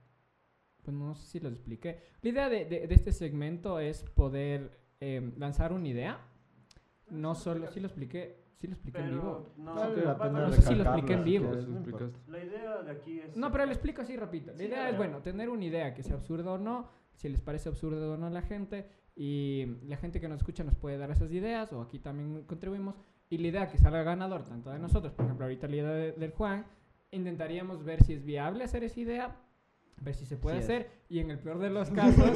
A: pues no sé si lo expliqué. La idea de, de- de este segmento es poder em, lanzar una idea, no solo, si lo expliqué, si lo expliqué en vivo.
B: Pero no,
C: Vale la pena
A: No sé si lo
C: recalcarlo,
A: expliqué en
C: si
A: vivo.
C: quieres, no importa.
D: Explicaste.
B: La idea de aquí es...
A: No, pero lo explico así rapidito. La
B: Sí,
A: idea
B: dale.
A: es, bueno, tener una idea que sea absurda o no, si les parece absurda o no a la gente, y la gente que nos escucha nos puede dar esas ideas, o aquí también contribuimos, y la idea que salga ganador, tanto de nosotros, por ejemplo, ahorita la idea de- del Juan, intentaríamos ver si es viable hacer esa idea, ver si se puede
C: Sí es.
A: hacer, y en el peor de los casos,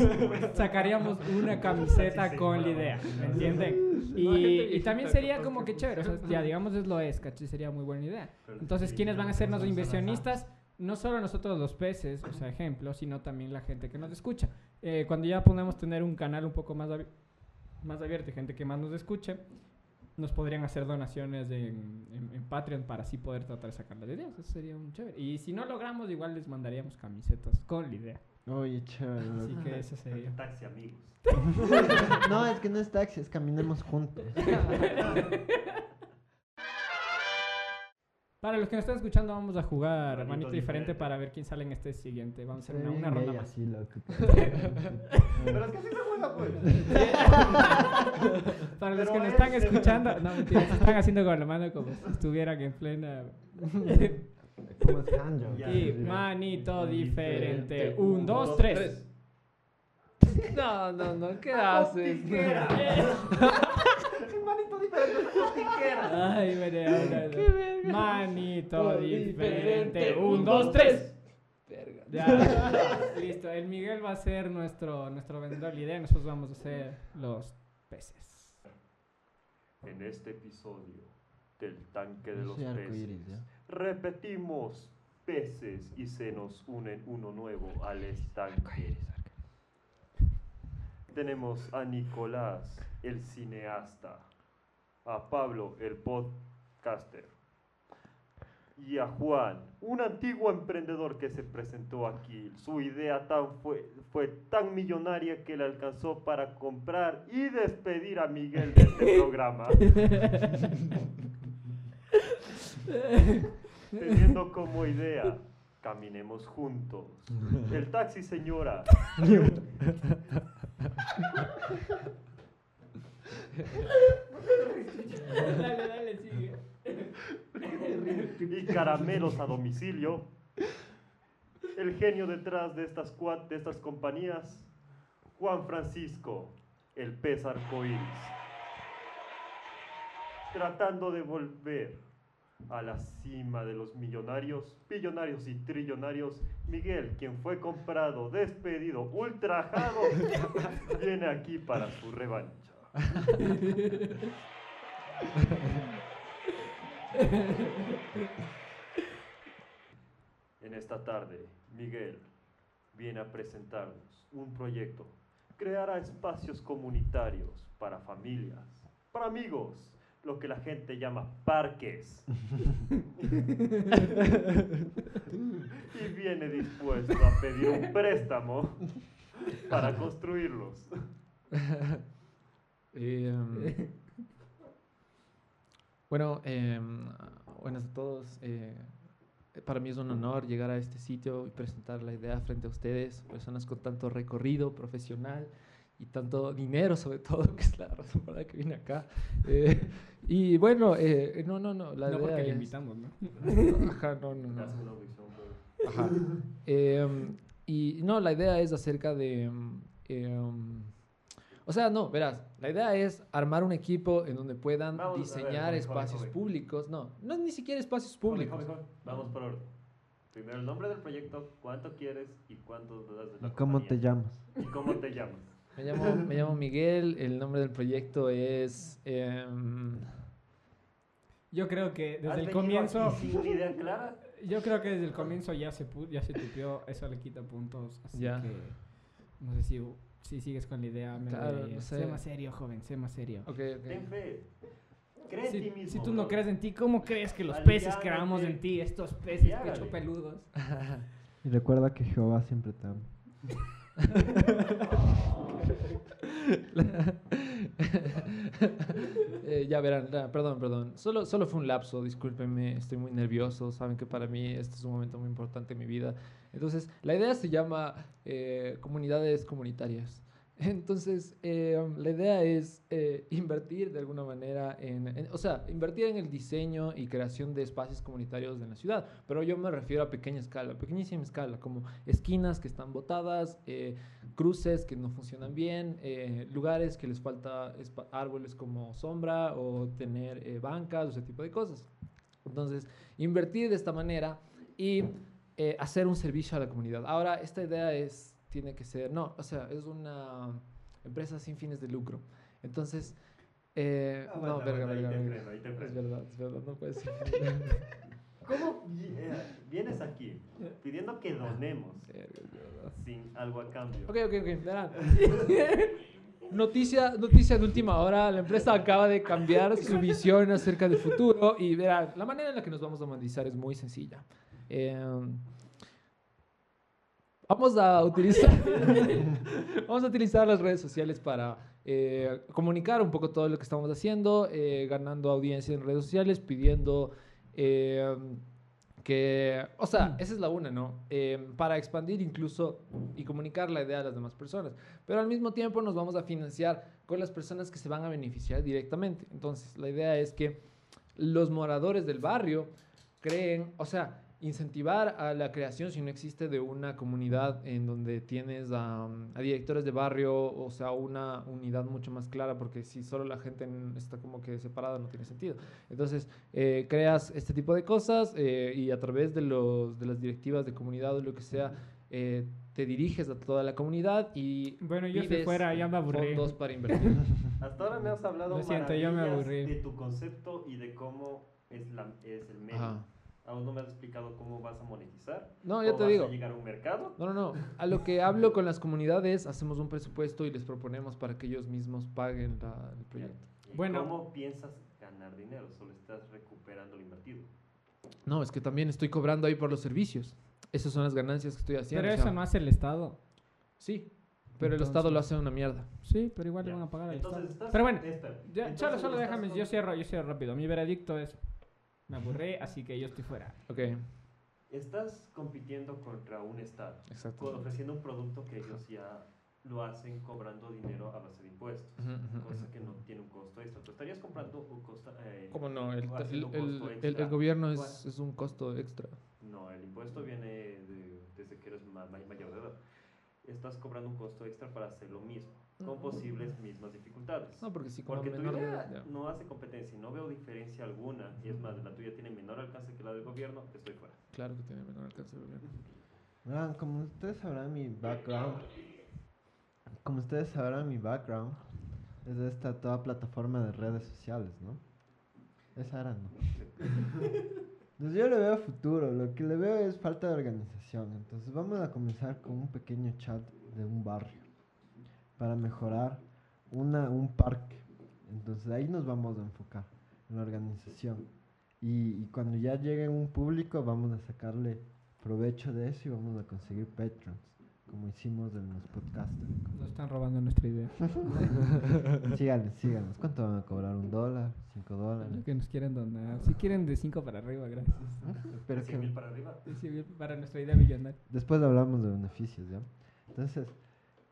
A: sacaríamos una camiseta
B: Sí,
A: con la
B: bueno.
A: idea, ¿me entienden?
D: No, gente
A: Y, y
D: viejita,
A: también sería
D: capaz
A: como
D: que
A: que chévere, o sea, ya digamos es lo es, ¿cachai? Sería muy buena idea.
B: Pero
A: Entonces,
B: sí,
A: ¿quiénes van a ser los
B: personas
A: inversionistas? No solo nosotros los peces, o sea, ejemplo, sino también la gente que nos escucha. Eh, cuando ya podamos tener un canal un poco más, abi- más abierto y gente que más nos escuche, nos podrían hacer donaciones en, en- en Patreon para así poder tratar de sacar las ideas. Eso sería un chévere. Y si no logramos, igual les mandaríamos camisetas con la idea.
C: Oye, chévere. loco.
A: Así que eso sería.
B: Taxi amigos.
C: [LAUGHS] No, es que no es taxi, es caminemos juntos.
A: Para los que nos están escuchando, vamos a jugar
B: Manito
A: manito, diferente
B: diferente.
A: para ver quién sale en este siguiente. [LAUGHS] Vamos a
C: Se ve
A: hacer una,
C: bien
A: una ronda
C: gay
A: más.
C: así,
A: [LAUGHS]
C: loco.
B: Pero es que así se juega, pues.
A: Para los
B: Pero
A: que nos
B: es-
A: están escuchando, no mentira, se están haciendo con la mano como si estuvieran en plena.
C: ¿Cómo es
B: [LAUGHS]
C: handjob?
B: Ya.
A: y manito diferente.
D: Diferente.
A: Un, dos, tres.
D: [LAUGHS] No, no, no, ¿qué haces?
B: Manito diferente, con tijera.
A: Ay, veré, ahora,
D: Qué verga.
A: Manito
D: Todo
A: diferente.
D: diferente.
A: Un, dos, tres.
D: Verga.
A: Ya, listo. El Miguel va a ser nuestro, nuestro vendedor de idea. Nosotros vamos a ser los peces.
B: En este episodio del tanque de
C: Yo
B: los
C: soy
B: peces,
C: arcoíris, ¿ya?
B: repetimos peces y se nos unen uno nuevo al estanque. Tenemos a Nicolás, el cineasta, a Pablo, el podcaster, y a Juan, un antiguo emprendedor que se presentó aquí. Su idea tan fue, fue tan millonaria que le alcanzó para comprar y despedir a Miguel de
A: [LAUGHS]
B: este [LAUGHS] programa. teniendo como idea caminemos juntos. El taxi, señora.
A: Dale, dale, sigue.
B: [LAUGHS] Y caramelos a domicilio, el genio detrás de estas, cua- de estas compañías, Juan Francisco, el pez arcoíris, tratando de volver a la cima de los millonarios, billonarios y trillonarios, Miguel, quien fue comprado, despedido, ultrajado, viene aquí para su revancha. En esta tarde, Miguel viene a presentarnos un proyecto. Creará espacios comunitarios para familias, para amigos, lo que la gente llama
C: [LAUGHS]
B: parques. y viene dispuesto a pedir un préstamo para construirlos.
D: Em, bueno, em, buenas a todos. eh, para mí es un honor llegar a este sitio y presentar la idea frente a ustedes, personas con tanto recorrido profesional y tanto dinero sobre todo, [LAUGHS] que es la razón por la que vine acá. Eh, y bueno, eh, no, no, no, la
A: no
D: idea
A: porque le
D: es-
A: invitamos, ¿no?
D: Ajá, no, no, no.
B: Hace una audición, pero-
D: Ajá. Em, y no, la idea es acerca de... em, em, o sea, no, verás, la idea es armar un equipo en donde puedan
B: Vamos a ver,
D: diseñar
B: joven,
D: espacios
B: joven, joven.
D: públicos. No, no es ni siquiera espacios públicos.
B: Joven, joven, joven. Vamos por orden. Primero el nombre del proyecto, cuánto quieres y cuánto das de la
C: ¿Y cómo te
B: compañía.
C: llamas?
B: ¿Y cómo te llamas?
D: Me, llamo, me llamo Miguel, el nombre del proyecto es... em,
A: Yo creo que
B: ¿Has
A: desde el
B: venido
A: comienzo,
B: aquí sin una idea clara?
A: yo creo que desde el comienzo ya se pu- ya se tupió, eso le quita puntos, así
D: Ya.
A: que no sé si, si sigues con la idea, me
D: Claro,
A: de-
D: no sé.
A: sé más serio, joven, sé más serio.
D: ok,
B: Ten
D: ok.
B: fe. Cree en
A: Si, si
B: ti mismo.
A: tú no
B: brother.
A: crees en ti, ¿cómo crees que los
B: Vale,
A: peces
B: ya,
A: creamos
B: dale.
A: en ti? Estos peces
B: Ya, dale.
A: pecho peludos.
C: Y recuerda que Jehová siempre te ama.
D: [LAUGHS] Eh, ya verán, ya, perdón, perdón. Solo, solo fue un lapso, discúlpenme, estoy muy nervioso. Saben que para mí este es un momento muy importante en mi vida. Entonces, la idea se llama eh, comunidades comunitarias. [LAUGHS] Entonces, eh, la idea es eh, invertir de alguna manera en, en- o sea, invertir en el diseño y creación de espacios comunitarios en la ciudad, pero yo me refiero a pequeña escala, pequeñísima escala, como esquinas que están botadas, eh, cruces que no funcionan bien, eh, lugares que les falta espa- árboles como sombra o tener eh, bancas, o ese tipo de cosas. Entonces, invertir de esta manera y eh, hacer un servicio a la comunidad. Ahora, esta idea es, tiene que ser, no, o sea, es una empresa sin fines de lucro. Entonces, eh,
B: Aguanta,
D: no, verga,
B: aguanta, Ah, ahí
D: verga,
B: te
D: verga.
B: freno, ahí te
D: Es
B: freno.
D: verdad, es verdad, no puede
B: [LAUGHS]
D: ser.
B: ¿Cómo vi- eh, vienes aquí pidiendo que donemos sin algo a cambio?
D: Ok, ok, ok, verán. [LAUGHS] Noticia, noticia de última hora, la empresa acaba de cambiar su visión acerca del futuro y verán, la manera en la que nos vamos a monetizar es muy sencilla. Eh, vamos a utilizar, [LAUGHS] vamos a utilizar las redes sociales para eh, comunicar un poco todo lo que estamos haciendo, eh, ganando audiencia en redes sociales, pidiendo... eh, que, o sea, esa es la una, ¿no? Eh, para expandir incluso y comunicar la idea a las demás personas. Pero al mismo tiempo nos vamos a financiar con las personas que se van a beneficiar directamente. Entonces, la idea es que los moradores del barrio creen, o sea, incentivar a la creación si no existe de una comunidad en donde tienes a, a directores de barrio, o sea, una unidad mucho más clara, porque si solo la gente en- está como que separada no tiene sentido. Entonces, eh, creas este tipo de cosas eh, y a través de, los, de las directivas de comunidad o lo que sea, eh, te diriges a toda la comunidad y
A: Bueno, yo si
D: pides
A: fuera, ya me aburrí.
D: fondos
A: [LAUGHS]
D: para invertir.
B: Hasta ahora me has hablado
A: Lo siento, yo me
B: maravillas
A: aburrí.
B: de tu concepto y de cómo es, la, es el medio.
D: Ajá.
B: Aún no me has explicado cómo vas a monetizar.
D: No, ya
B: o
D: te
B: vas
D: digo.
B: a llegar a un mercado.
D: No, no, no. A lo que hablo con las comunidades, hacemos un presupuesto y les proponemos para que ellos mismos paguen la- el proyecto.
B: ¿Y
A: Bueno.
B: ¿Cómo piensas ganar dinero? Solo estás recuperando lo invertido.
D: No, es que también estoy cobrando ahí por los servicios. Esas son las ganancias que estoy haciendo.
A: Pero
D: o sea,
A: eso no hace el Estado.
D: Sí, pero el Estado lo hace una mierda.
A: Sí, pero igual
B: Ya.
A: le van a pagar al
B: Entonces,
A: Estado.
B: estás-
A: Pero bueno,
B: espera,
A: ya,
B: entonces
A: Chalo, solo
B: estás
A: déjame,
B: con-
A: yo cierro, yo cierro rápido. Mi veredicto es, me aburrí, así que yo estoy fuera.
D: Ok,
B: Estás compitiendo contra un estado,
D: exacto.
B: con- ofreciendo un producto que ellos ya lo hacen cobrando dinero a base de impuestos,
D: Ujú, ujú,
B: cosa
D: ujú.
B: que no tiene un costo extra. Tú estarías comprando un costo... eh,
D: ¿Cómo no? El,
B: o
D: ta- el,
B: haciendo
D: el-
B: costo
D: el- el
B: extra.
D: gobierno es,
B: Bueno.
D: es un costo extra.
B: No, el impuesto viene de- desde que eres ma- ma- mayor de edad. Estás cobrando un costo extra para hacer lo mismo, con
D: Mm.
B: posibles mismas dificultades.
D: No, porque si como
B: Porque tu
D: menor de
B: idea
D: edad, ya.
B: no hace competencia y no veo diferencia alguna, y es más, la tuya tiene menor alcance que la del gobierno, estoy fuera.
D: Claro que tiene menor alcance el gobierno.
C: Verán, como ustedes sabrán mi background, como ustedes sabrán mi background, es de esta toda plataforma de redes sociales, ¿no? Esa era, ¿no? Entonces yo le veo futuro, lo que le veo es falta de organización, entonces vamos a comenzar con un pequeño chat de un barrio para mejorar una, un parque, entonces ahí nos vamos a enfocar, en la organización. Y, y cuando ya llegue un público vamos a sacarle provecho de eso y vamos a conseguir patrons, como hicimos en los podcasts. [LAUGHS]
A: Nos están robando nuestra idea.
C: síganos, síganos. ¿Cuánto van a cobrar? ¿Un dólar? ¿Cinco dólares?
A: Lo que nos quieren donar. Si quieren de 5 para arriba, gracias.
C: Pero
B: 100
C: que
B: mil para arriba.
A: De 100 mil para nuestra idea
D: [LAUGHS]
A: millonaria.
C: después hablamos de beneficios, ¿ya? Entonces,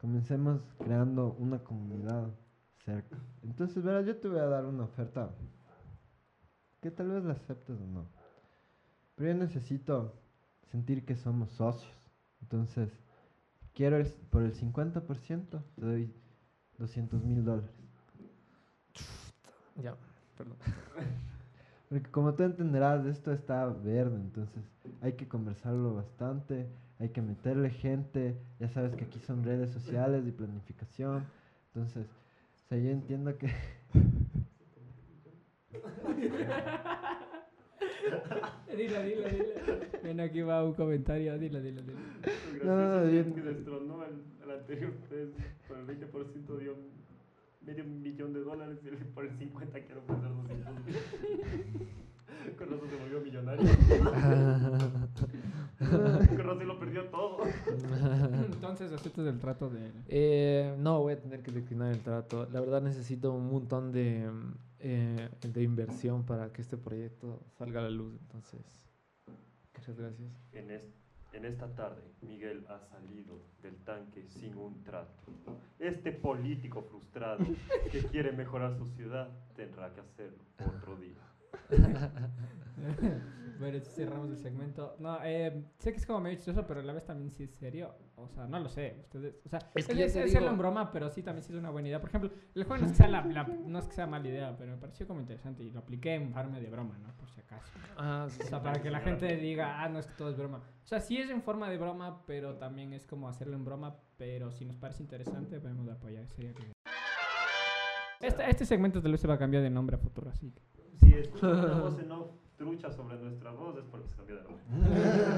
C: comencemos creando una comunidad cerca. Entonces, verás, yo te voy a dar una oferta que tal vez la aceptes o no. Pero yo necesito sentir que somos socios. Entonces, quiero el- por el 50% te doy 200 mil dólares.
D: Ya, perdón.
C: Porque como tú entenderás, esto está verde, entonces hay que conversarlo bastante, hay que meterle gente, ya sabes que aquí son redes sociales y planificación, entonces, o sea, yo entiendo que... [LAUGHS]
A: Dilo, dilo, dilo. Ven, aquí va un comentario. Dilo, dilo,
D: [LAUGHS]
A: dilo.
B: Gracias
C: No, no, no,
B: a
C: yo-
B: Dios que destronó al, al anterior pues, por el 20% dio medio millón de dólares y [LAUGHS] el- por el 50 quiero pasar 200 mil. Con eso se volvió [LAUGHS] millonario. Con eso lo perdió todo.
A: Entonces, aceptas el trato de él. [LAUGHS]
D: Eh, no, voy a tener que declinar el trato. La verdad necesito un montón de, mm, eh, de inversión para que este proyecto salga a la luz. Entonces, muchas gracias.
B: En, es- en esta tarde, Miguel ha salido del tanque sin un trato. Este político frustrado que quiere mejorar su ciudad tendrá que hacerlo otro día.
A: bueno, sí cerramos el segmento. No, eh, sé que es como medio chistoso, pero a la vez también sí es serio. O sea, no lo sé. Ustedes, o sea,
D: Es
A: es,
D: que ya
A: es-
D: te
A: es
D: digo-
A: hacerlo en broma, pero sí también sí es una buena idea. Por ejemplo, el juego no es que sea, la, la- no es que sea mala idea, pero me pareció como interesante y lo apliqué en farme de broma, ¿no? Por si acaso.
D: Ah, sí,
A: O
D: sí.
A: sea, para que la gente diga, ah, no, es que todo es broma. O sea, sí es en forma de broma, pero también es como hacerlo en broma. Pero si nos parece interesante, podemos apoyar. Sería genial. Este, este segmento tal vez se va a cambiar de nombre a futuro, así que.
B: Si escuchan una voz en off trucha sobre nuestra voz es porque se cambió de nombre.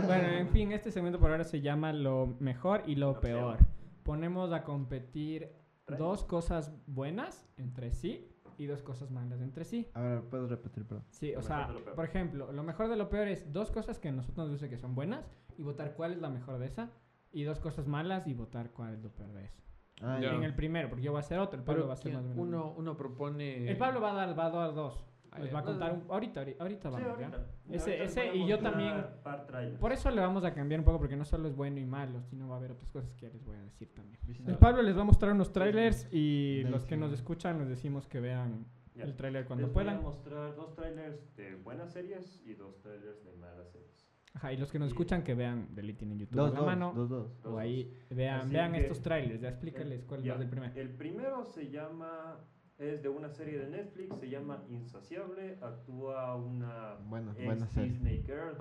A: bueno, en fin, este segmento por ahora se llama lo mejor y lo,
B: Lo
A: peor.
B: peor.
A: Ponemos a competir
B: Trae.
A: dos cosas buenas entre sí y dos cosas malas entre sí.
C: A ver, puedes repetir, perdón.
A: Sí,
B: Lo
A: o
B: mejor
A: sea,
B: de lo peor.
A: por ejemplo, lo mejor de lo peor es dos cosas que a nosotros nos dice que son buenas y votar cuál es la mejor de esa. Y dos cosas malas y votar cuál es lo peor de eso.
C: Ah,
D: Ya.
C: ya.
A: En el primero, porque yo voy a hacer otro, el Pablo
D: Pero
A: va a hacer
D: ¿quién?
A: más o menos.
D: uno, uno propone...
A: El Pablo va a dar, va a dar dos.
D: Ah,
A: Les
D: ya.
A: va a contar un, ahorita, ahorita, ahorita
B: Sí,
A: vamos, ¿ya?
B: ahorita.
A: Ese-
B: Ahorita les
A: ese
B: voy a
A: y yo
B: mostrar
A: también-
B: par trailers.
A: Por eso le vamos a cambiar un poco, porque no solo es bueno y malo, sino va a haber otras cosas que ya les voy a decir también. El Pablo les va a mostrar unos trailers y
C: Nice.
A: los que nos escuchan les decimos que vean
B: Ya.
A: el trailer cuando
B: Les Voy a
A: puedan.
B: mostrar dos trailers de buenas series y dos trailers de malas series.
A: Ajá, y los que nos escuchan que vean Delitin en YouTube
C: Dos,
A: en la
C: dos,
A: mano.
C: dos, dos.
B: Dos,
A: o ahí vean,
B: Así
A: vean
B: que-
A: estos trailers, ya explícales cuál
B: Ya.
A: es el primero.
B: El primero se llama, es de una serie de Netflix, se llama Insaciable, actúa una
C: Bueno,
B: ex
C: buena serie.
B: Disney Girl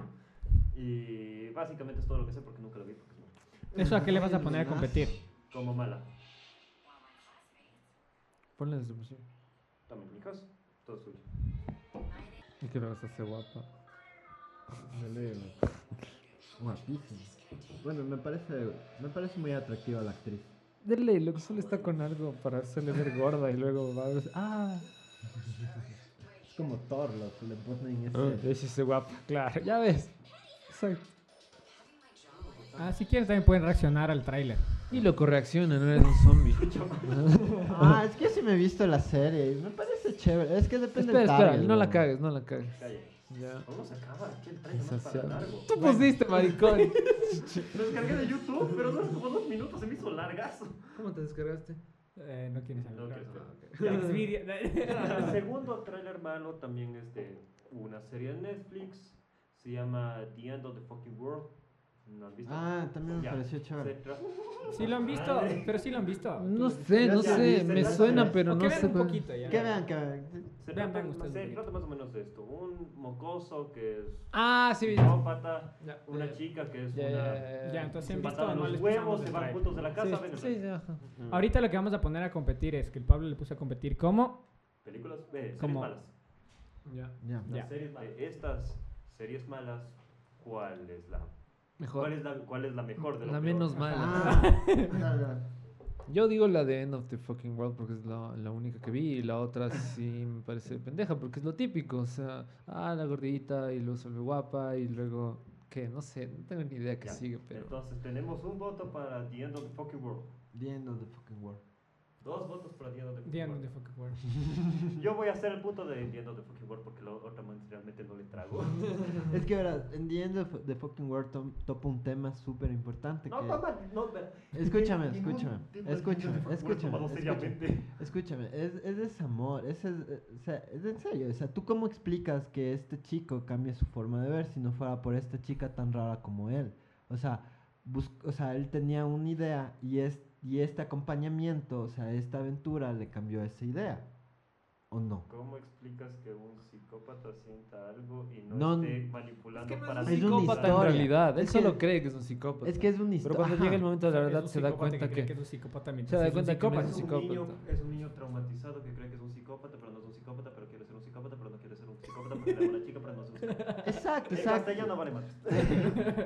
B: y básicamente es todo lo que sé porque nunca lo vi porque no-
A: ¿Eso a qué le vas a
B: [LAUGHS]
A: poner a
C: Nice.
A: competir?
B: como mala.
D: Ponle desde el principio.
B: También mi caso, todo suyo.
D: Y que lo vas a hacer guapa.
C: Guapísimo. Bueno, me parece, me parece muy atractiva la actriz.
D: Dele, lo que solo está con algo para hacerle ver gorda y luego va a ver... Ah,
C: Es como Thor, loco, le ponen
D: ah,
C: ese...
D: es ese guapa, claro. Ya ves. Exacto.
A: Ah, si quieren también pueden reaccionar al tráiler.
D: Y loco reacciona, no eres un zombie.
C: Ah, es que yo sí me he visto la serie. y Me parece chévere. Es que depende
D: espera,
C: del
D: espera,
C: target,
D: no la
C: ¿no?
D: cagues, no la cagues.
B: Calla.
D: Ya.
B: ¿Cómo se acaba aquí el tren? No es para
D: Saciado.
B: largo.
D: Tú pusiste, maricón.
B: Lo descargué de YouTube, pero duró como dos minutos, se me hizo largazo.
D: ¿Cómo te descargaste?
A: Eh, no quieres
B: No
A: hablar.
B: quiero saber.
A: Ya, Xvidia.
B: El segundo tráiler malo también es de una serie de Netflix. Se llama The End of the Fucking World. ¿No han visto?
C: Ah, también me
B: Ya.
C: pareció
B: Se
C: chévere.
B: tra-
A: [LAUGHS] Sí lo han visto,
B: Madre.
A: pero sí Ah, lo han visto.
D: No sé,
C: Ya
D: no
B: está,
D: sé.
B: ya
D: Me
B: está.
D: suena, pero
A: O
D: no
A: que vean
D: sé.
A: un
D: cuál.
A: poquito ya.
C: Que vean, que vean.
B: Se,
A: Vean,
B: trata,
A: vean ustedes
B: se
A: un poquito.
B: trata más o menos de esto. Un mocoso que es
D: Ah, sí.
B: psicópata,
D: Ya,
B: una
D: ya,
B: chica que es
D: ya,
B: pues, una...
D: ya, ya.
A: Ya, entonces si han visto.
B: patada en
A: no les
B: los
A: pasamos
B: huevos,
A: el
B: se van
A: trailer.
B: juntos de la casa, Mm. ven el
D: Sí, sí, ajá.
A: Ahorita lo que vamos a poner a competir es que el Pablo le puso a competir como
B: Películas, eh, series
A: Como-
B: malas.
D: Ya.
C: Ya.
A: Ya.
B: Las series de Eh, estas series malas, ¿cuál es la, cuál
D: Mejor.
B: es la, cuál es la mejor de lo
D: La
B: peor?
D: menos mala.
B: [LAUGHS]
C: Ah, ya, ya.
D: Yo digo la de End of the Fucking World porque es la, la única que vi y la otra sí me parece pendeja porque es lo típico, o sea, ah, la gordita y luego se vuelve guapa y luego, ¿qué? No sé, no tengo ni idea qué
B: Ya.
D: sigue, pero...
B: Entonces tenemos un voto para The End of the Fucking World.
C: The end of the fucking world.
B: Dos votos para The End of the Fucking
A: Diana
B: World.
A: de Fucking World.
B: Yo voy a hacer el punto de The End of the Fucking World porque la otra man realmente no le trago.
C: Es que verás, en The End of the Fucking World to- topa un tema súper importante.
B: no,
C: que-
B: toma, no, pero-
C: Escúchame,
B: Ningún
C: escúchame,
B: tema de
C: escúchame,
B: The End of the Fucking World
C: escúchame,
B: tomado
C: escúchame.
B: seriamente.
C: Escúchame, es, es desamor, es, es, o sea, es en serio. O sea, ¿tú cómo explicas que este chico cambie su forma de ver si no fuera por esta chica tan rara como él? O sea, bus- o sea él tenía una idea y, es, y este acompañamiento, o sea, esta aventura le cambió esa idea. ¿O no?
B: ¿Cómo explicas que un psicópata sienta algo y
C: No,
B: no, esté manipulando
A: es que no
B: para
A: es
C: un
B: hacerlo?
C: psicópata,
D: Psicópata en
C: historia.
D: realidad, él
C: Es que-
D: solo cree que es un psicópata.
C: Es que es una
D: Pero
C: historia.
D: cuando llega el momento de
A: [LAUGHS]
D: la
A: Es
D: verdad
A: un
D: se da
A: psicópata
D: cuenta
A: cree
D: que...
A: es un psicópata
D: se da
A: mientras es un
D: cuenta que no
A: psicópata.
D: Pues, es un
B: Pues, Es un, niño,
D: psicópata.
B: es un niño traumatizado que cree que es un psicópata, pero no es un psicópata, pero quiere ser un psicópata, pero no quiere ser un psicópata, pero le da una chica, pero no es un psicópata.
D: [LAUGHS]
C: Exacto,
B: En
C: exacto.
B: castellano vale más.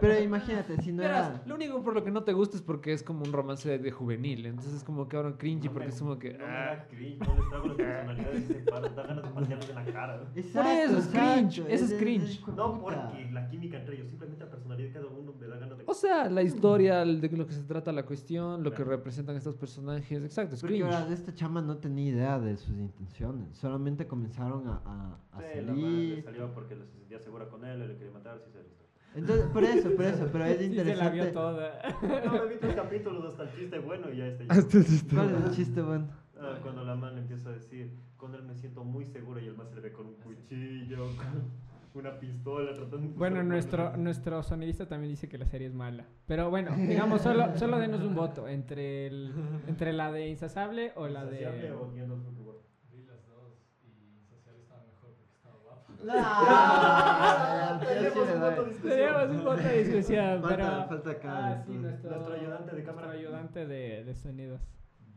C: Pero imagínate, si no era...
D: Verás, lo único por lo que no te gusta es porque es como un romance de, de juvenil, entonces es como que ahora cringy
B: No
D: porque
B: me-
D: es como que...
B: No me
D: ah.
B: da cringe, no les trago las personalidades separadas, da ganas de patearles en la cara.
D: eso es
C: exacto,
D: cringe, eso es cringe.
C: hijo de
B: No
C: puta.
B: porque la química entre ellos, simplemente la personalidad de cada uno me da ganas de...
D: O sea, la historia, el de lo que se trata la cuestión, lo que
B: Claro.
D: representan estos personajes, exacto, es
C: Porque
D: cringe. [LAUGHS]
C: ahora, esta chama no tenía idea de sus intenciones. Solamente comenzaron a, a- a
B: Sí, la madre le
C: salir.
B: salió porque se sentía segura con él, él le quería matar, sí se la
C: [LAUGHS]
B: historia.
C: Entonces, por eso, por eso,
B: [LAUGHS]
C: pero es
A: Sí, se la vio
C: interesante.
A: toda.
B: No, me he visto el capítulo hasta el chiste bueno y ya
D: [LAUGHS]
B: está.
C: ¿Cuál es el
B: [LAUGHS]
C: chiste bueno?
B: Ah, cuando la man le empieza a decir, con él me siento muy segura y el man se le ve con un cuchillo, [LAUGHS] con una pistola, tratando de
A: Bueno,
B: matarlo.
A: nuestro, nuestro sonidista también dice que la serie es mala. Pero bueno, digamos, solo, solo denos un voto entre, el, entre la de Insasable o la
B: Insaciable
A: de...
B: o Diendo al Fútbol.
E: Vi las dos y Social estaba mejor porque estaba guapo.
C: Ah, yo sí
B: Tenemos
C: le
B: un
C: doy.
B: voto de discusión.
A: Teníamos un voto de discusión,
C: Falta-
A: pero...
C: falta acá,
A: Ah, sí,
C: entonces.
A: nuestro,
B: Nuestro ayudante de cámara.
A: Nuestro ayudante de, de sonidos.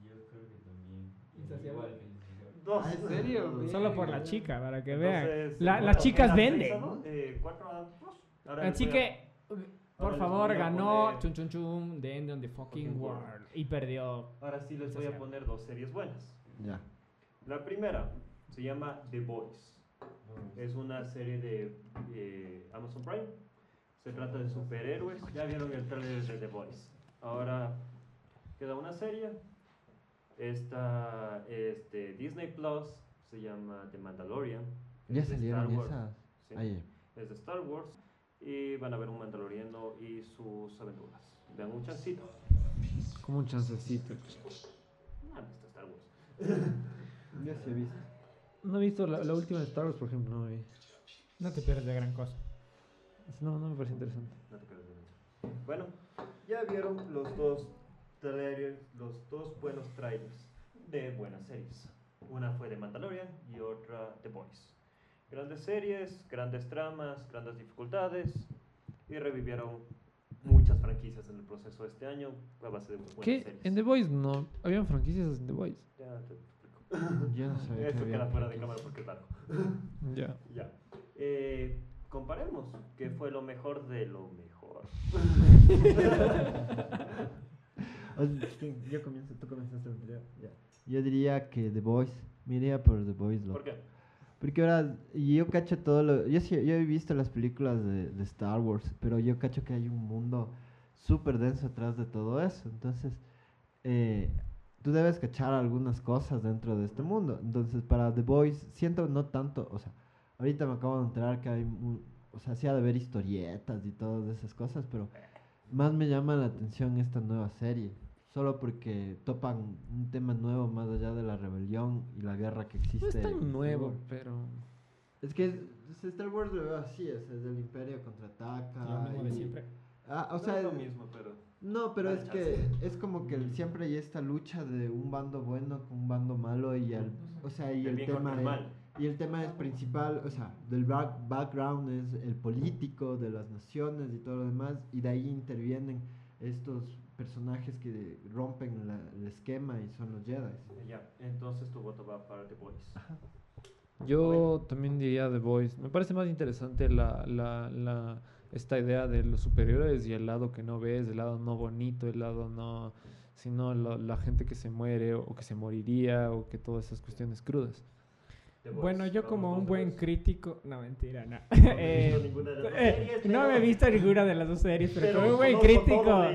E: Yo creo que también.
A: Insaciable.
E: Igual, insaciable.
B: Dos.
C: Ah, ¿en serio? Sí.
A: Solo por la chica, para [LAUGHS] que vean.
B: Entonces,
A: La-
B: bueno,
A: las chicas
B: era seis a
A: venden.
B: dos, eh, cuatro a dos. Ahora les
A: Así
B: voy a-
A: que, por
B: les
A: favor,
B: voy a
A: ganó
B: poner-
A: Chun Chun Chun de End on the Fucking
B: Fucking World.
A: World. Y perdió.
B: Ahora sí les voy a poner dos series buenas.
C: Ya.
B: La primera se llama The Boys. Es una serie de eh, Amazon Prime. Se trata de superhéroes. Ya vieron el trailer de The Boys. Ahora queda una serie. Esta es de Disney Plus. Se llama The Mandalorian.
C: Ya
B: Es de
C: salieron
B: Star Wars,
C: esas.
B: ¿sí?
C: Ayer.
B: Es de Star Wars. Y van a ver un mandaloriano y sus aventuras. Vean un chancito.
D: Como un chancecito.
B: Ah, No han visto Star Wars.
C: Ya se visto.
B: [COUGHS]
D: No he visto la, la última de Star Wars, por ejemplo, no vi.
A: No te pierdes de gran cosa.
D: No, no me parece interesante.
B: No te quedes de noche. Bueno, ya vieron los dos trailers, los dos buenos trailers de buenas series. Una fue de Mandalorian y otra de Boys. Grandes series, grandes tramas, grandes dificultades y revivieron muchas franquicias en el proceso de este año a base de buenas
D: ¿Qué?
B: series.
D: En The Voice no. Habían franquicias en The Voice.
B: Ya te explico.
C: Yo no sabía que
B: Esto
C: había
B: queda fuera de
C: franquicias.
B: cámara porque es largo.
D: Ya.
B: Ya. Eh, comparemos qué fue lo mejor de lo mejor.
C: [LAUGHS] O sea, es que Yo comienzo, tú comenzaste el video. Ya. Yo diría que The Voice. Me iría por The Voice, loco.
B: ¿Por qué?
C: Porque ahora, y yo cacho todo lo... Yo, sí- yo he visto las películas de, de Star Wars, pero yo cacho que hay un mundo súper denso atrás de todo eso. Entonces, eh, tú debes cachar algunas cosas dentro de este mundo. Entonces, para The Boys, siento no tanto, o sea, Ahorita me acabo de enterar que hay, mu- o sea, sí ha de haber historietas y todas esas cosas, pero más me llama la atención esta nueva serie. Solo porque topan un tema nuevo más allá de la rebelión y la guerra que existe.
D: No es
C: en
D: tan
C: Star
D: nuevo,
C: Wars.
D: pero.
C: Es que es- es Star Wars lo veo así, es el del imperio contraataca.
A: Lo mismo de
C: y-
A: siempre.
C: Ah, o
B: No
C: sea,
B: es lo
C: el-
B: mismo, pero.
C: no, pero
B: Dale
C: es que
B: chance.
C: es como que el- siempre hay esta lucha de un bando bueno con un bando malo y el, o sea, y
B: el
C: el
B: bien contra
C: tema
B: el
C: de-
B: mal.
C: y el tema es principal, o sea, del back- background es el político de las naciones y todo lo demás y de ahí intervienen estos personajes que rompen la- el esquema y son los Jedi.
B: Ya, entonces tu voto va para The Boys.
D: Yo también diría The Voice. Me parece más interesante la, la, la, esta idea de los superiores y el lado que no ves, el lado no bonito, el lado no. sino la, la gente que se muere o que se moriría o que todas esas cuestiones crudas.
B: The Boys.
A: Bueno, yo
B: Vamos
A: como
B: con
A: un
B: The
A: buen
B: [LAUGHS] Boys.
A: crítico. No, mentira,
B: [LAUGHS]
A: no.
B: No me he visto
A: Eh,
B: ninguna de las dos
A: eh,
B: series,
A: no me he visto ninguna de las dos series,
B: pero-
A: pero,
B: Pero
A: como un buen
B: conozco
A: crítico.
B: todo de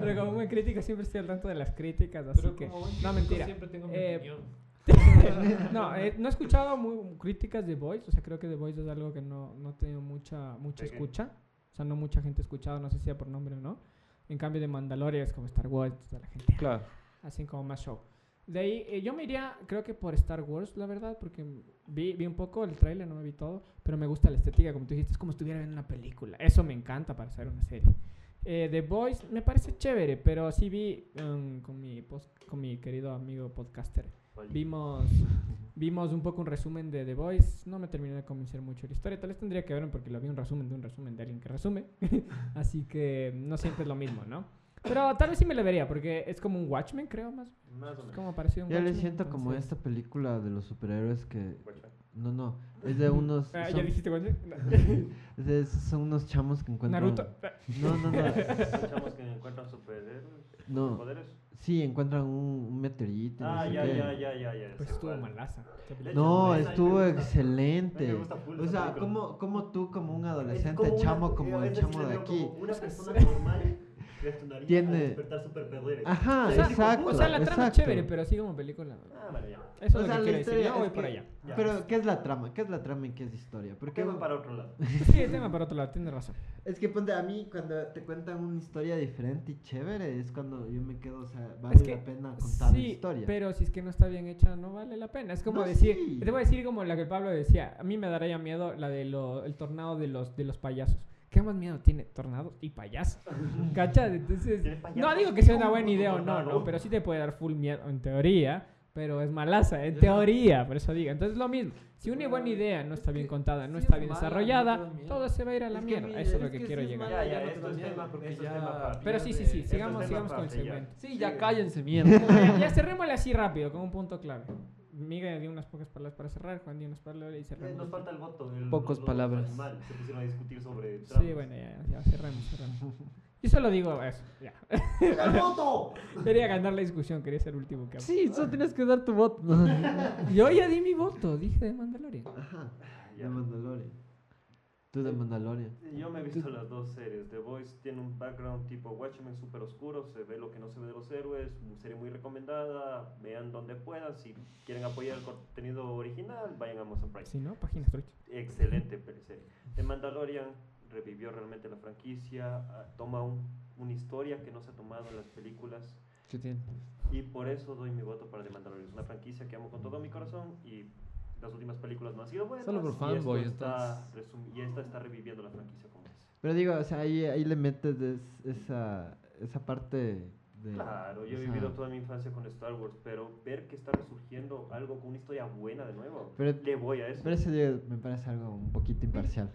A: [LAUGHS] pero como un buen crítico siempre estoy al tanto de las críticas, así que. No, mentira.
D: Siempre tengo
A: mi Eh, opinión. [LAUGHS] no, eh, no he escuchado muy, críticas de Voice, o sea, creo que The Voice es algo que no, no he tenido mucha, mucha
B: Ok.
A: escucha, o sea, no mucha gente ha escuchado, no sé si sea por nombre o no. En cambio de Mandalorian es como Star Wars, entonces la gente
D: Claro.
A: hacen como más show. De ahí, eh, yo me iría, creo que por Star Wars, la verdad, porque vi, vi un poco el tráiler, no me vi todo, pero me gusta la estética, como tú dijiste, es como si estuviera viendo una película. Eso me encanta para hacer una serie. Eh, The Voice me parece chévere, pero sí vi em, con, mi pos- con mi querido amigo podcaster, vimos, vimos un poco un resumen de The Voice, no me terminó de convencer mucho la historia, tal vez tendría que verlo porque lo vi un resumen de un resumen de alguien que resume, [LAUGHS] así que no siempre es lo mismo, ¿no? Pero tal vez sí me la vería, porque es como un Watchmen, creo, más
B: Más
A: es
B: o menos.
A: como parecido a un
C: Yo le
A: Watchmen,
C: siento como
A: entonces-
C: esta película de los superhéroes que
B: Watchmen.
C: no, no, es de unos
A: Ah, ya
C: son-
A: dijiste Watchmen.
C: es de- son unos chamos que encuentran
A: Naruto.
C: No, no,
A: [LAUGHS]
C: no.
B: Escuchamos que encuentran superhéroes,
C: No,
B: poderes.
C: sí, encuentran un, un meteorito. y no
B: Ah,
C: sé
B: ya,
C: qué.
B: ya, ya, ya, ya.
A: Pues
B: sé
A: estuvo
B: cuál.
A: malaza.
B: Le-
C: No,
B: Esa es
C: estuvo
B: la que me gusta.
C: excelente.
B: Me gusta full
C: O
B: esa
C: sea,
B: película.
C: como, como tú, como un
B: Es
C: adolescente
B: como una-
C: chamo,
B: eh,
C: como
B: a
C: el
B: veces
C: chamo
B: le
C: de
B: veo
C: aquí.
B: como
C: [LAUGHS]
B: Una persona normal le sonaría
C: Tiene-
B: al despertar superpoderes.
C: Ajá,
A: O
B: Sí,
A: sea,
C: exacto.
A: o sea, la trama es
C: exacto.
A: chévere, pero sí como película.
B: Ah, bueno, ya.
A: Eso
C: O
A: es lo
C: sea,
A: que
C: la
A: quiero decir.
C: historia
A: Yo voy
C: es
A: para
C: que- [LAUGHS]
A: allá.
B: Ya.
C: Pero, ¿qué es la trama? ¿Qué es la trama y qué es historia? Porque
B: Tema para otro lado.
A: Sí, el tema para otro lado, tienes razón.
C: es que ponte a mí cuando te cuentan una historia diferente y chévere, es cuando yo me quedo, o sea, vale
A: que-
C: la pena contar la
A: Sí,
C: historia.
A: pero si es que no está bien hecha, no vale la pena. Es como
C: No,
A: decir,
C: sí.
A: te voy a decir como la que Pablo decía, a mí me daría miedo la de lo- el tornado de los, de los payasos. ¿Qué más miedo tiene? Tornado y
D: [LAUGHS]
A: payaso. ¿Cachas? Entonces,
B: Tiene payasos
A: no digo que sea
B: y
A: una
B: un
A: buena
B: puto
A: idea o no,
B: tornado.
A: no, pero sí te puede dar full miedo en teoría, pero es malaza,
D: [LAUGHS]
A: en teoría, por eso digo. Entonces, lo mismo, si una buena idea no está bien contada, no
D: Sí
A: está
D: es
A: bien
D: mala, no
A: desarrollada,
D: te da miedo.
A: todo se va a ir a la
C: Es que
A: mierda.
C: mira,
A: Eso es
C: es
A: lo que
C: que
A: quiero
C: sí es
A: llegar.
B: Ya,
C: mala.
B: ya,
C: Mala,
B: esto es
C: mierda,
B: tema porque
D: que
B: esto es
D: ya-
B: tema para-
A: Pero sí, sí,
D: Esto
A: sí,
D: es
A: sigamos,
B: tema
A: sigamos con el
B: aparte, ya.
A: segmento.
D: Sí, ya
B: Sí.
D: [LAUGHS] cállense, mierda.
A: ya,
C: [LAUGHS]
A: ya cerrémosle así rápido, con un punto clave. Miguel dio unas pocas palabras para cerrar, Juan dio unas palabras y
B: Eh, Nos
A: cerramos.
B: falta el voto. el-
D: Pocos
B: los
D: palabras.
B: animales Se pusieron a discutir sobre.
A: Sí,
B: tramas.
A: bueno, ya, ya, cerramos, cerramos. Yo solo digo eso, ya.
B: ¡El voto!
A: Quería ganar la discusión, quería ser el último que habló.
D: Sí, solo tienes que dar tu [LAUGHS] voto.
A: Yo ya di mi voto, dije de Mandalorian.
C: Ajá, de
B: Ya.
C: Mandalorian. Tú
A: Eh,
C: de Mandalorian.
B: Yo me he visto las dos series. The Voice tiene un background tipo Watchmen súper oscuro, se ve lo que no se ve de los héroes, una serie muy recomendada, vean donde puedan, si quieren apoyar el contenido original, vayan a Amazon Prime.
A: Si no, páginas truchas.
B: Excelente pe- serie. The Mandalorian revivió realmente la franquicia, ah, toma un- una historia que no se ha tomado en las películas
D: ¿Qué tiene?
B: y por eso doy mi voto para The Mandalorian. Es una franquicia que amo con todo mi corazón y las últimas películas no han sido buenas.
D: Solo por
B: y esto
D: fanboy,
B: está resum- Y esta está reviviendo la franquicia como es.
C: Pero digo, o sea, ahí, ahí le metes es- esa, esa parte de...
B: Claro, yo
C: o
B: he
C: sea,
B: vivido toda mi infancia con Star Wars, pero ver que está resurgiendo algo con una historia buena de nuevo,
C: Pero-
B: le voy a eso.
C: Pero eso digo, me parece algo un poquito
D: [LAUGHS]
C: imparcial.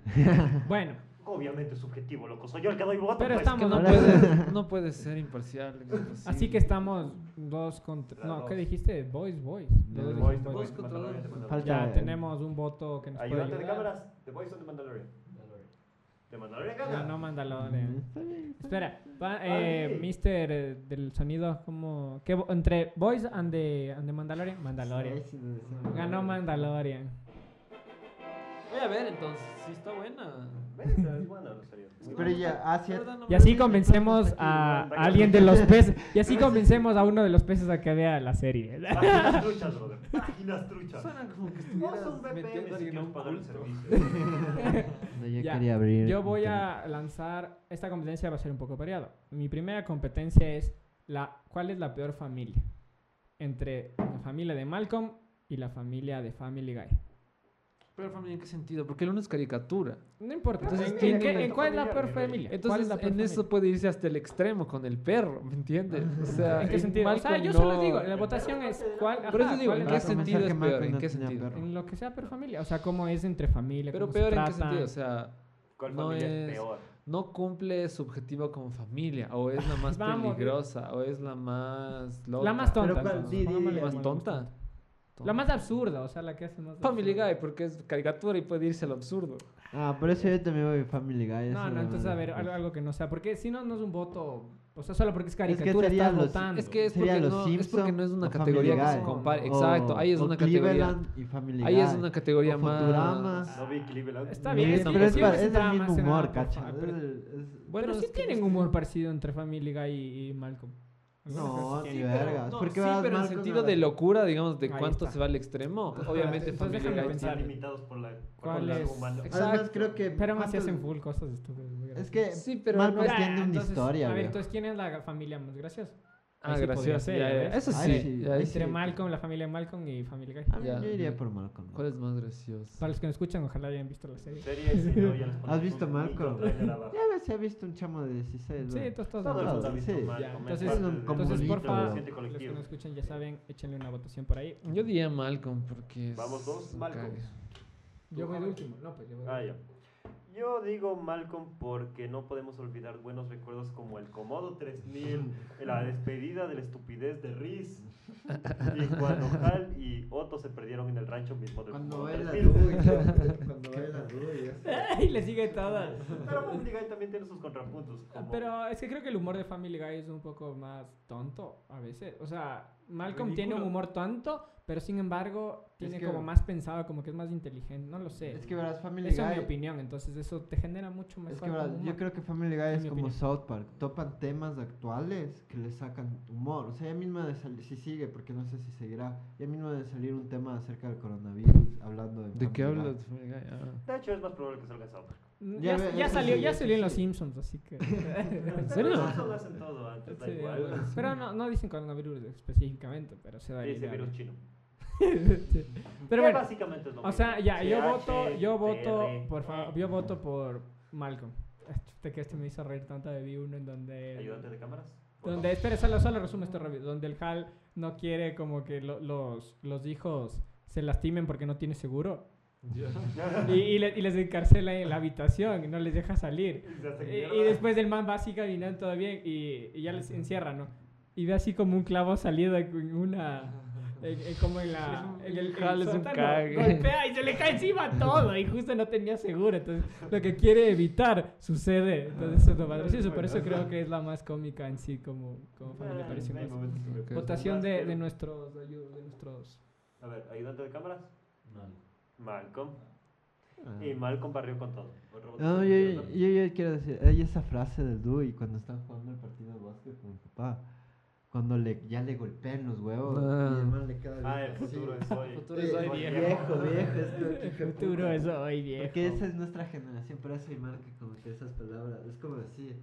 A: Bueno,
B: Obviamente es subjetivo, loco, soy yo el que doy voto.
A: Pero
B: pues.
A: estamos-
D: Que no
C: Ahora-
D: puedes, no puedes [LAUGHS] ser imparcial. imposible.
A: así que estamos dos contra.
B: La
A: No, ¿qué
B: dos.
A: dijiste? Boys, boys.
C: The
A: Los dos
B: Boys,
A: dijimos
B: The Boys,
A: boys.
B: The Mandalorian, The Mandalorian.
C: Falta-
A: Ya
C: el-
A: tenemos un voto que nos puede
B: Ayudante de
A: ayudar.
B: cámaras, The Boys o The Mandalorian.
E: Mandalorian.
B: The Mandalorian
A: No,
B: gana.
A: no Mandalorian.
C: Está bien, está bien.
A: Espera, va, eh, Mister eh, del sonido, como que entre Boys and the, and the Mandalorian, Mandalorian.
C: Sí, sí, sí, sí.
A: Ganó Mandalorian.
D: Voy a ver entonces, si está buena.
B: Venga, es bueno, Rosario.
D: No,
C: Pero
D: no,
C: ya, ah,
D: la
C: cierto.
D: verdad no
A: Y
D: me
A: así
D: gusta.
A: convencemos a a alguien de los peces. Y así convencemos a uno de los peces a que vea la
C: [LAUGHS]
A: serie.
B: Páginas truchas, brother. Páginas truchas.
D: Suena como que
B: No
D: estuvieras
B: son
D: metiendo
B: VPN
D: a
B: si
D: alguien a
B: quieres
D: un
B: pagar el
D: culto.
B: servicio.
C: No, yo
A: Ya.
C: quería abrir.
A: Yo voy
C: internet.
A: a lanzar. Esta competencia va a ser un poco variada. Mi primera competencia es la cuál es la peor familia. Entre la familia de Malcolm y la familia de Family Guy.
D: Pero familia, ¿en qué sentido? Porque el uno es caricatura.
A: No importa.
D: Entonces,
A: ¿En,
D: tiene
A: en qué-
D: una
A: en cuál es la
B: familia,
A: peor
B: güey.
A: familia? ¿Cuál
D: Entonces,
A: es la
D: en
A: peor familia? Ah.
D: eso puede irse hasta el extremo con el perro, ¿me entiendes? O sea,
A: ¿En qué
D: y
A: sentido? O sea,
D: ah, Malcolm
A: yo solo
D: no-
A: digo, la votación es cuál.
D: Por eso
A: ajá,
D: digo,
A: cuál es
D: ¿en qué
A: la-
C: Malcolm?
D: sentido
C: Pensar
D: es
C: que
D: peor?
C: Malcolm
D: ¿En
C: no
D: qué
C: tenía
D: sentido?
C: perro.
A: En lo que sea per familia. O sea, cómo es entre familia.
D: Pero
A: cómo se
D: peor en qué
A: tratan.
D: sentido? O sea,
B: ¿Cuál
D: No
B: familia es
D: es-
B: peor?
D: no cumple su objetivo como familia, o es la más
A: Vamos, güey.
D: peligrosa, o es la más loca.
A: La más tonta.
C: Pero cuál-
A: entonces,
C: di, di,
A: pongámosle
C: di,
A: como
D: ¿Más tonta?
A: La más absurda, o sea, la que hace más.
D: Family
A: absurda.
D: Guy, porque es caricatura y puede irse al absurdo.
C: Ah, por eso yo también voy a Family Guy.
A: No,
C: eso
A: no, entonces a ver, algo, algo que no sea. Porque si no, no es un voto. O sea, solo porque es caricatura
C: sería
A: estás
C: los-
A: votando.
D: Es que es
C: Sería
D: porque,
C: Los
D: no, es porque
C: Simpson
D: no es una
C: o
D: categoría
C: Family
D: que se
C: Guy.
D: compare.
A: O-
D: Exacto, ahí es
C: o
D: una categoría.
C: Cleveland y Family
D: Ahí es
C: Guy,
D: una categoría
C: o
D: más.
C: Futurama.
B: No vi Cleveland.
A: Ah, Está bien,
D: Sí,
A: sí,
D: pero
A: sí,
D: es pa-
A: sí,
C: es
A: está
C: del mismo
A: más en
C: humor,
A: nada,
C: cacha.
A: por favor, pero-
C: Es- es-
D: Bueno,
A: pero sí
D: es que-
A: tienen humor parecido entre Family Guy y, y Malcolm.
C: No,
A: Sí,
C: ni
A: pero-
C: vergas.
D: No,
C: porque
D: sí,
C: verás,
D: pero en
C: Malcolm
D: sentido
C: era-
D: de locura, digamos, de
A: Ahí
D: cuánto
A: está.
D: se va al extremo.
A: Ajá,
D: Obviamente,
A: entonces
D: Family
A: déjame
D: Guy.
A: pensar.
B: Están limitados por la.
A: ¿Cuál
B: por la
A: es?
B: humana.
D: Exacto.
C: Además, creo que.
A: Pero más si
C: ¿cuánto-
A: hacen full cosas estúpidas. muy
C: Es
A: graciosas.
C: que.
D: Sí, pero
C: Malcolm
D: no-
C: tiene
A: Ah,
C: una
A: entonces,
C: historia.
A: A ver,
C: güey.
A: entonces, ¿quién es la familia más graciosa?
D: Ah,
A: Ahí sí podría
D: gracias.
A: ser, ¿eh?
D: ya, ya.
A: ¿ves?
D: Eso
C: Ahí sí, Ah.
D: sí. ya,
C: ahí
D: ahí
A: Entre
D: sí.
A: Malcolm, la familia de Malcolm y Family Guy.
C: A mí-
D: Ya,
C: yo iría
D: ya.
C: por Malcolm.
D: ¿Cuál es más gracioso?
A: Para los que nos escuchan, ojalá hayan visto la serie.
B: Serie, si no, ya les ponemos
C: visto
B: un
C: Malcolm?
B: microtrailer abajo.
C: Ya ves, he visto un chamo de 16.
A: Sí,
C: güey.
A: [LAUGHS] todos, todos.
B: Todo el
A: todos.
B: mundo ha visto
C: Sí.
A: Ya,
B: Malcolm.
A: entonces- Entonces,
C: Comunista,
A: porfa,
C: bro.
A: los que nos escuchan ya saben, échenle una votación por ahí.
D: Yo diría Malcolm porque. es-
B: Vamos dos, Malcolm.
A: Yo voy de último, no, pues yo voy de
B: Ah, ya.
A: último.
B: Yo digo Malcolm porque no podemos olvidar buenos recuerdos como el Comodo 3000, la despedida de la estupidez de Riz, y cuando Hal y Otto se perdieron en el rancho mismo del
C: Cuando
B: Comodo
C: baila
B: 3000.
C: [LAUGHS] Dewey. Cuando baila Dewey.
A: [LAUGHS] Y le sigue todas.
B: Pero Family Guy también tiene sus contrapuntos. como-
A: Pero es que creo que el humor de Family Guy es un poco más tonto a veces. O sea, Malcolm
D: Ridículo.
A: tiene un humor tonto, pero sin embargo tiene
C: que-
A: como más pensado, como que es más inteligente. No lo sé.
C: Es que verás, Family
A: Esa es mi
C: Guy.
A: opinión, entonces eso te genera mucho mejor.
C: Es que verdad,
A: como
C: yo
A: humor.
C: creo que Family Guy
A: Es
C: es
A: mi
C: como
A: opinión.
C: South Park, topan temas actuales que le sacan humor. O sea, ya misma de salir, si sigue, porque no sé si seguirá, ya misma de salir un tema acerca del coronavirus, hablando de...
D: ¿De qué
C: Family
D: hablas?
C: Guy.
D: Family Guy? Ah.
B: De hecho, es más probable que salga esa otra.
A: Mm,
C: Ya
A: Ya,
C: ve-
A: ya
C: eso
A: salió,
C: sí,
A: ya
C: eso
A: salió en
C: sí.
A: Los Simpsons, así
C: [LAUGHS]
A: que. [LAUGHS]
D: serio?
B: Pero eso lo hacen todo antes, da
A: Sí,
B: igual.
A: Pero no, no dicen coronavirus específicamente, pero se da la
B: Dice
A: idea.
B: virus chino.
A: [LAUGHS] Sí. Pero
B: Que
A: bueno,
B: básicamente es lo
A: o sea, ya, yo
B: CHTR.
A: voto, yo voto, por favor, yo voto por Malcolm. Ay, Chuta, que este me hizo reír tanto de B1 en donde...
B: Ayudante de cámaras. por [LAUGHS]
A: Donde, este espera, solo, solo resumo esto rápido. Donde el Hal no quiere como que lo- los, los hijos se lastimen porque no tiene seguro. Y, y le- y les encarcela en la habitación y no les deja salir.
B: favor. Y se hace
A: Y,
B: mierda.
A: y después el man va así caminando todo bien y, y ya les encierra, ¿no? Y ve así como un clavo salido en
D: [LAUGHS]
A: una... en- en- como en la... En el, en
D: Jale,
A: el
D: es un
A: sótano,
D: cague.
A: golpea y se le cae encima todo y justo no tenía seguro. Entonces lo que quiere evitar sucede. Entonces eso es lo más gracioso. Por eso creo que es la más cómica en sí como, como
D: Ah,
A: familia.
B: Ay,
A: parece
B: hay
A: más.
B: momentos que me
D: Ok.
A: Votación
B: más,
A: de,
B: pero-
A: de nuestros... ayu- De nuestros...
B: A ver, ayudante de cámaras.
E: Mal.
B: Malcolm.
C: Ah.
B: Y Malcolm barrió con todo. Otro voto
C: No,
B: por
C: yo, yo,
B: izquierda.
C: yo quiero decir, hay esa frase del Dewey cuando están jugando el partido de básquet con mi papá, cuando le, ya le golpean los huevos
D: Ah.
C: y el man le queda
B: Ah,
C: bien
B: el
C: así.
B: futuro es hoy.
D: Futuro es hoy,
B: viejo.
C: Eh, Viejo, viejo, es tu equipo de
A: Futuro
C: puta.
A: es hoy, viejo.
C: Porque esa es nuestra generación, por eso hay marca como que esas palabras. Es como decir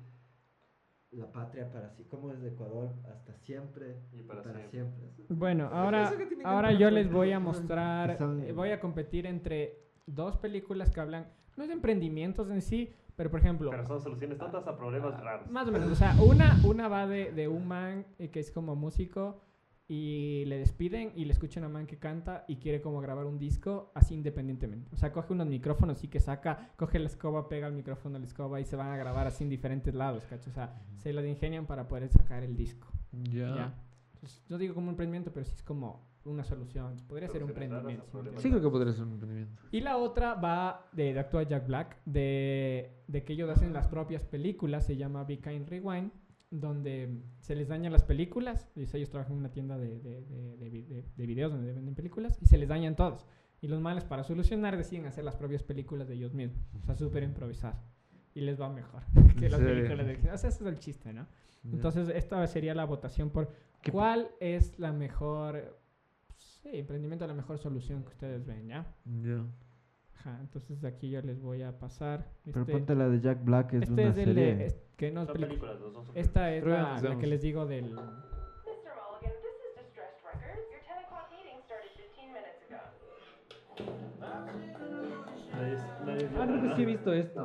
C: la patria para sí, como desde Ecuador hasta siempre
B: Y para siempre.
C: siempre.
A: Bueno, ahora,
D: eso que tiene que
A: ahora
D: ver
A: yo
D: con
A: les
D: el-
A: voy a mostrar,
C: Son-
A: eh, voy a competir entre dos películas que hablan, no es de emprendimientos en sí, pero por ejemplo,
B: Pero son soluciones tontas a problemas raros.
A: Ah, más o menos, o sea, una, una va de, de un man eh, que es como músico y le despiden y le escuchan a un man que canta y quiere como grabar un disco así independientemente. O sea, coge unos micrófonos y que saca, coge la escoba, pega el micrófono a la escoba y se van a grabar así en diferentes lados, ¿cacho? O sea, se las ingenian para poder sacar el disco. ¿ya?
D: Ya.
A: Entonces, no digo como un emprendimiento, pero sí es como una solución. Podría ser un
B: Soluciones raras a
A: emprendimiento. ¿sí me
B: problemas.
D: Sí, creo que podría ser un emprendimiento.
A: entiendes? Y la otra va de, de actúa Jack Black, de, de que ellos hacen las propias películas, se llama Be Kind Rewind, donde se les dañan las películas, y ellos trabajan en una tienda de, de- de- de vi- de- de videos donde venden películas, y se les dañan todas. Y los males, para solucionar, deciden hacer las propias películas de ellos mismos. O sea, súper improvisado. Y les va mejor [LAUGHS] que las
D: serio?
A: películas de O sea, ese es el chiste, ¿no? Entonces, esta sería la votación por
D: ¿Qué pa-
A: cuál es la mejor. Sí, emprendimiento, la mejor solución que ustedes ven, ¿ya?
D: Ya.
A: Ajá, entonces aquí yo les voy a pasar.
C: Pero
A: este-
C: ponte la de Jack Black, es
A: este
C: una
A: es el
C: serie.
A: de. es- que no es
B: Son
A: pelic-
B: películas, no son
A: Esta es
D: Pero ya
A: la,
D: nos
A: la
D: vemos.
A: que les digo del.
F: Mr. Mulligan, this is Distressed Records. Your 10 o'clock meeting started 15 minutes ago.
B: Nadie- nadie-
D: Ah, creo que
A: pues
D: sí he visto esto.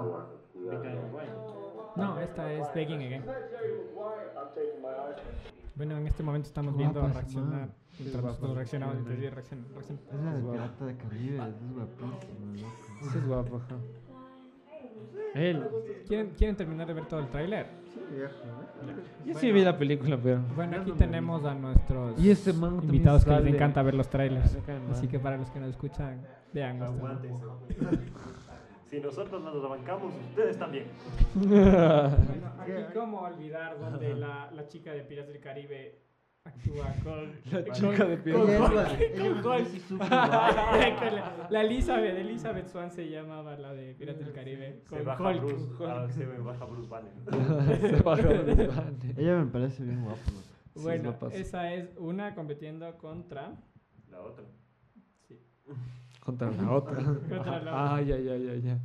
B: Me cae guay.
A: No, esta es Begging Again. Bueno, en este momento estamos viendo
C: Guapas,
A: reaccionar.
C: man.
A: Mientras nosotros reaccionamos, mientras ellos reaccionan. reaccionan.
C: Es la de Pirata de Caribe, es guapísima, loco.
D: Ese es guapo, ajá. Él.
A: ¿Quieren, ¿Quieren terminar de ver todo el tráiler?
D: Yo sí vi la película, pero.
A: Bueno, aquí tenemos a nuestros
D: Y ese man también
A: invitados que les
D: sale.
A: encanta ver los trailers.
D: Me cae mal.
A: Así que para los que nos escuchan, vean. esto.
B: Aguántense. Si nosotros no nos bancamos, ustedes también.
A: Bueno, aquí cómo olvidar donde la, la chica de Piratas del Caribe actúa [LAUGHS] con...
D: La chica de
A: Con
C: Ella
D: piedra.
C: es
A: Hulk,
C: la- ella
A: con
C: es
A: Hulk.
C: así súper guapa.
A: Con la, la Elizabeth, Elizabeth Swan se llamaba la de Piratas del Caribe.
B: Se
A: Con
B: baja
A: Hulk.
B: Bruce,
A: Hulk.
B: ah, se me baja Bruce Banner.
A: [LAUGHS]
D: [LAUGHS] Se bajó del van.
C: Ella me parece bien guapa. loco.
D: es
A: Bueno,
D: guapazo.
A: esa es una compitiendo contra...
B: La otra.
A: sí,
D: Contra la otra. Ah,
A: Contra la
D: Ay, ay, ay, ay, ay.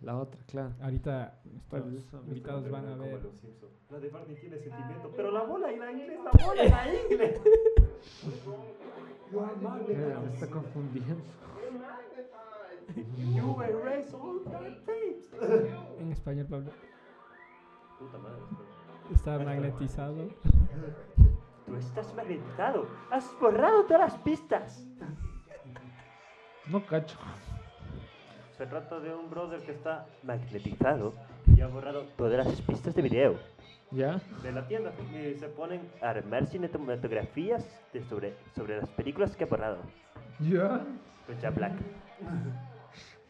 D: La otra, claro.
A: Ahorita
D: ¿Cuál
A: nuestros
D: es esa?
A: invitados van a
B: Como
A: ver.
B: los Simpson. La de Barney tiene sentimiento, pero la bola y la inglés, la bola y [LAUGHS] la inglés.
D: Me está confundiendo.
B: You erase all my tapes.
A: En español, Pablo.
B: Puta madre. pues.
A: Está magnetizado.
B: Tú estás magnetizado. Has borrado todas las pistas.
D: No cacho.
B: Se trata de un brother que está magnetizado y ha borrado todas las pistas de video
D: ¿Ya?
B: de la tienda. Y se ponen a armar cinematografías de sobre, sobre las películas que ha borrado.
D: ¿Ya?
B: Con Jack Black.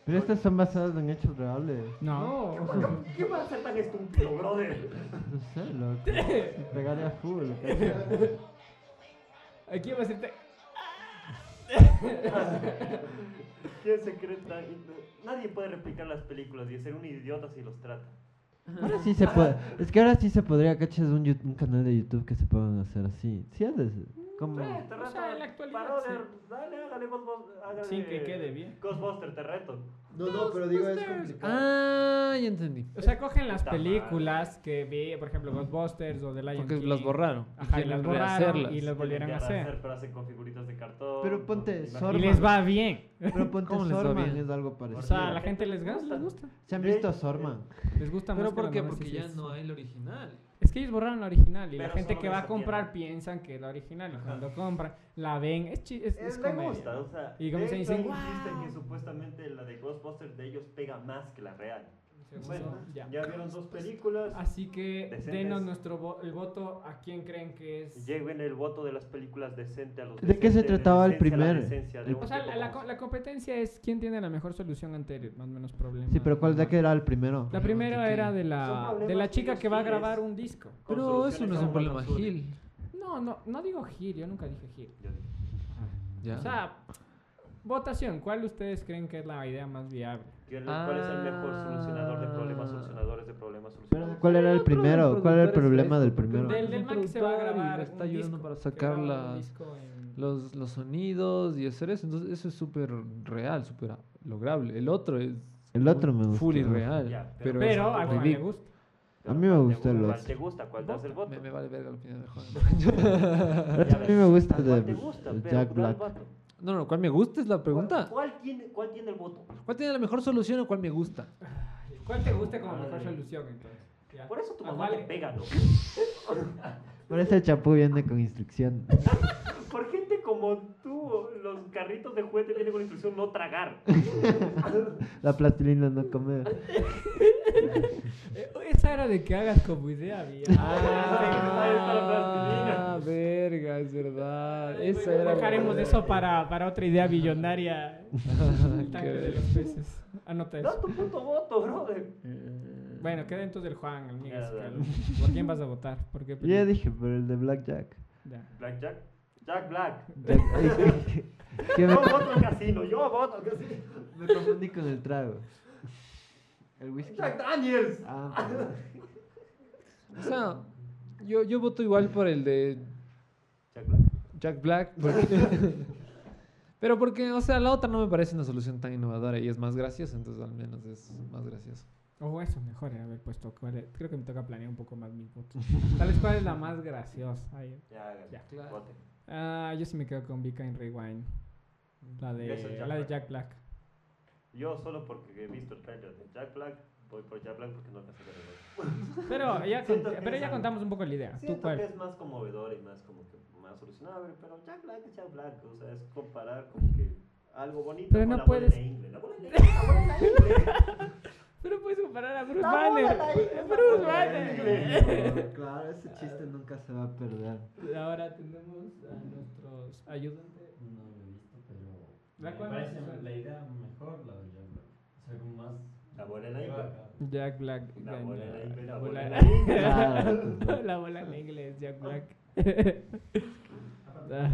C: Pero estas son basadas en hechos reales.
A: No. [LAUGHS]
B: ¿Qué va a ser tan estúpido, brother?
C: No sé, loco. Si pegaré a full. loco.
A: Aquí va a ser.
B: ¿Quién se cree tan indo- Nadie puede replicar las películas y ser un idiota si los trata.
C: Ahora sí se puede. Es que ahora sí se podría, cachas, un, yu- un canal de YouTube que se puedan hacer así. Sí, es de- como.
B: Eh, te
A: Mm. O
B: reto.
A: sea, en la actualidad,
B: Brother, dale, hágale, vos, vos, hágale.
A: Sin que quede bien.
B: Ghostbuster, te reto.
C: No, no, pero digo, es
D: Ah, ya entendí.
A: O sea, cogen las
B: Puta
A: películas que vi, por ejemplo, Ghostbusters o The Lion
D: Porque
A: King.
D: las borraron.
A: Ajá, y las borraron y las volvieron a
B: Intentar
A: hacer.
B: Pero hacen con figuritas de cartón.
C: Pero ponte
B: con imágenes.
C: Zorro.
A: Y les va bien.
C: Pero ponte
D: [LAUGHS] ¿Cómo les va
C: Sorman,
D: bien?
C: es algo
A: O
C: parecido.
A: sea, a la gente les gana, les gusta.
C: ¿Se han
B: de-
C: visto Sorman?
A: Les gusta más
D: ¿Pero
A: que
D: por
A: la
D: qué?
A: novela,
D: Porque
A: sí,
D: ya
A: sí,
D: no
A: sí.
D: hay el original.
A: Es que ellos borraron la original y la
B: Pero
A: gente
B: solo
A: que va a
B: esa
A: comprar
B: tiene.
A: piensan que es la original. Y cuando compran, la ven. Es, chi- es, es
B: Es me
A: comedia.
B: eh, gusta, o sea.
A: Y como
B: de
A: se
B: hecho,
A: dicen,
B: insisten
A: "Guau".
B: que supuestamente la de Ghostbusters de ellos pega más que la real.
A: Entonces,
B: Bueno,
A: eso,
B: ya.
A: ya.
B: vieron dos películas.
A: Así que
B: Decentes.
A: denos nuestro vo- el voto a quién creen que es.
B: Lleven el voto de las películas decente a los
C: ¿De qué se
B: decentes, de
C: trataba el
B: decencia a la
C: primer?
B: decencia, de
C: El-
B: un
A: O sea,
B: tipo
A: la, la
B: como-
A: co- la competencia es quién tiene la mejor solución ante el más o menos problema.
C: Sí, pero ¿cuál de qué era el primero?
A: La primera era de la,
B: Son
A: de la
B: problemas
A: chica
B: que
A: que va a
B: los tienes.
A: grabar un disco.
B: con
D: Pero eso no
B: soluciones
D: es
B: a
D: un problema
B: absurdo.
D: Gil.
A: No, no, no digo Gil, yo nunca dije Gil.
B: Yo digo,
D: ¿Ya?
A: O sea, votación, ¿cuál ustedes creen que es la idea más viable?
B: ¿Quién- ¿Cuál es el mejor solucionador de problemas
D: Ah.
B: solucionadores de problemas
C: Pero,
B: solucionadores?
C: ¿Cuál era el
D: otro del
C: primero? ¿Cuál era el
D: productor es
C: problema del
D: esto, porque
C: primero?
D: no-
A: Del,
D: es
A: del
D: un
A: man que se va a
D: productor y
A: grabar.
D: le está
A: un
D: ayudando
A: disco,
D: para
A: que
D: sacar
A: graba un
D: la-
A: disco en-
D: Los, los sonidos y hacer eso. Entonces, eso es súper real, súper lograble. El otro es.
C: El otro me
D: Full
C: gustó.
D: irreal.
B: Ya, pero-
D: pero
A: Pero
D: es
A: a Juan le
D: ridículo.
A: gusta.
C: A mí me
B: ¿cuál te
C: gustó el
B: gusta? ¿Cuál
C: otro.
B: te gusta? ¿Cuál te hace el voto?
D: Me, me vale verga la opinión de [LAUGHS] Juan.
C: Pero a mí me gusta el de el Jack Black.
D: No, no, ¿cuál me gusta? Es la pregunta.
B: ¿Cuál tiene, ¿Cuál tiene el voto?
D: ¿Cuál tiene la mejor solución o cuál me gusta?
A: [LAUGHS] ¿Cuál te gusta como mejor solución entonces? Ya.
B: Por eso tu
A: Ah,
B: mamá
A: vale.
B: le pega, ¿no?
C: Por eso el chapú viene con instrucción.
B: Por gente como tú, los carritos de juguete vienen con la instrucción no tragar.
C: La plastilina no come.
A: Eh, esa era de que hagas como idea, bien. [LAUGHS]
D: Ah, verga, es verdad. Esa era.
A: Dejaremos eso para, para otra idea
D: [LAUGHS]
A: billonaria. El tanque de los peces. Anota
B: Da
A: eso.
B: tu puto voto, brother.
A: Bueno, queda entonces el Juan, el Miguel.
B: Ya, dale.
A: ¿Por quién vas a votar? ¿Por qué
C: [LAUGHS] Yo ya dije, pero el de Black Jack.
A: Ya.
B: Black Jack. Jack Black.
C: Jack- que me,
B: Yo voto casino, yo voto casino.
C: me confundí con el trago. El whisky.
B: Jack Daniels.
C: Ah, [LAUGHS] perdón.
D: O sea, yo, yo voto igual por el de
B: Jack Black.
D: Jack Black. porque- pero porque, o sea, la otra no me parece una solución tan innovadora y es más graciosa, entonces al menos es más gracioso.
A: O eso, mejor eh, haber puesto. cuál es- Creo que me toca planear un poco más mis votos. Tal vez cuál es la más graciosa. Ay,
B: Ya, ya,
A: Ya.
B: claro. vote.
A: Ah, yo sí me quedo con Vika en Rewind. La de,
B: Esa es Jack
A: la de
B: Black.
A: Jack Black.
B: Yo solo porque he visto el trailer de Jack Black, voy por Jack Black porque no alcancé a ver el otro. [LAUGHS]
A: Pero ya, cont-
B: Siento que
A: pero ya
B: esa-
A: contamos un poco la idea. Ah, ¿Tú
B: Siento que
A: cuál?
B: es más conmovedor y más como que más solucionable, pero Jack Black es Jack Black, o sea, es comparar como que algo bonito
A: Pero
B: con
A: no
B: la bola de
A: puedes-
B: la Ingle. La bola de la Ingle, la bola de la Ingle.
A: Pero puedes comparar a Bruce
B: La bola,
A: Banner.
B: la hija,
A: Bruce
B: la bola, la
A: Banner.
B: hija.
C: No, Claro, ese chiste nunca se va a [LAUGHS] perder.
A: Ahora tenemos a nuestros ayudantes.
E: No lo he visto, pero.
A: La
E: me
A: cual-
E: parece la idea mejor, la de Jack Black. O sea, como más.
B: La bola de la Ingle.
A: Jack Black.
B: La
A: gana.
B: bola en inglés,
A: La
B: la
A: bola
B: bola
A: en
B: en inglés.
A: inglés. La bola en inglés, Jack
C: [LAUGHS]
A: Black. Ah.
B: La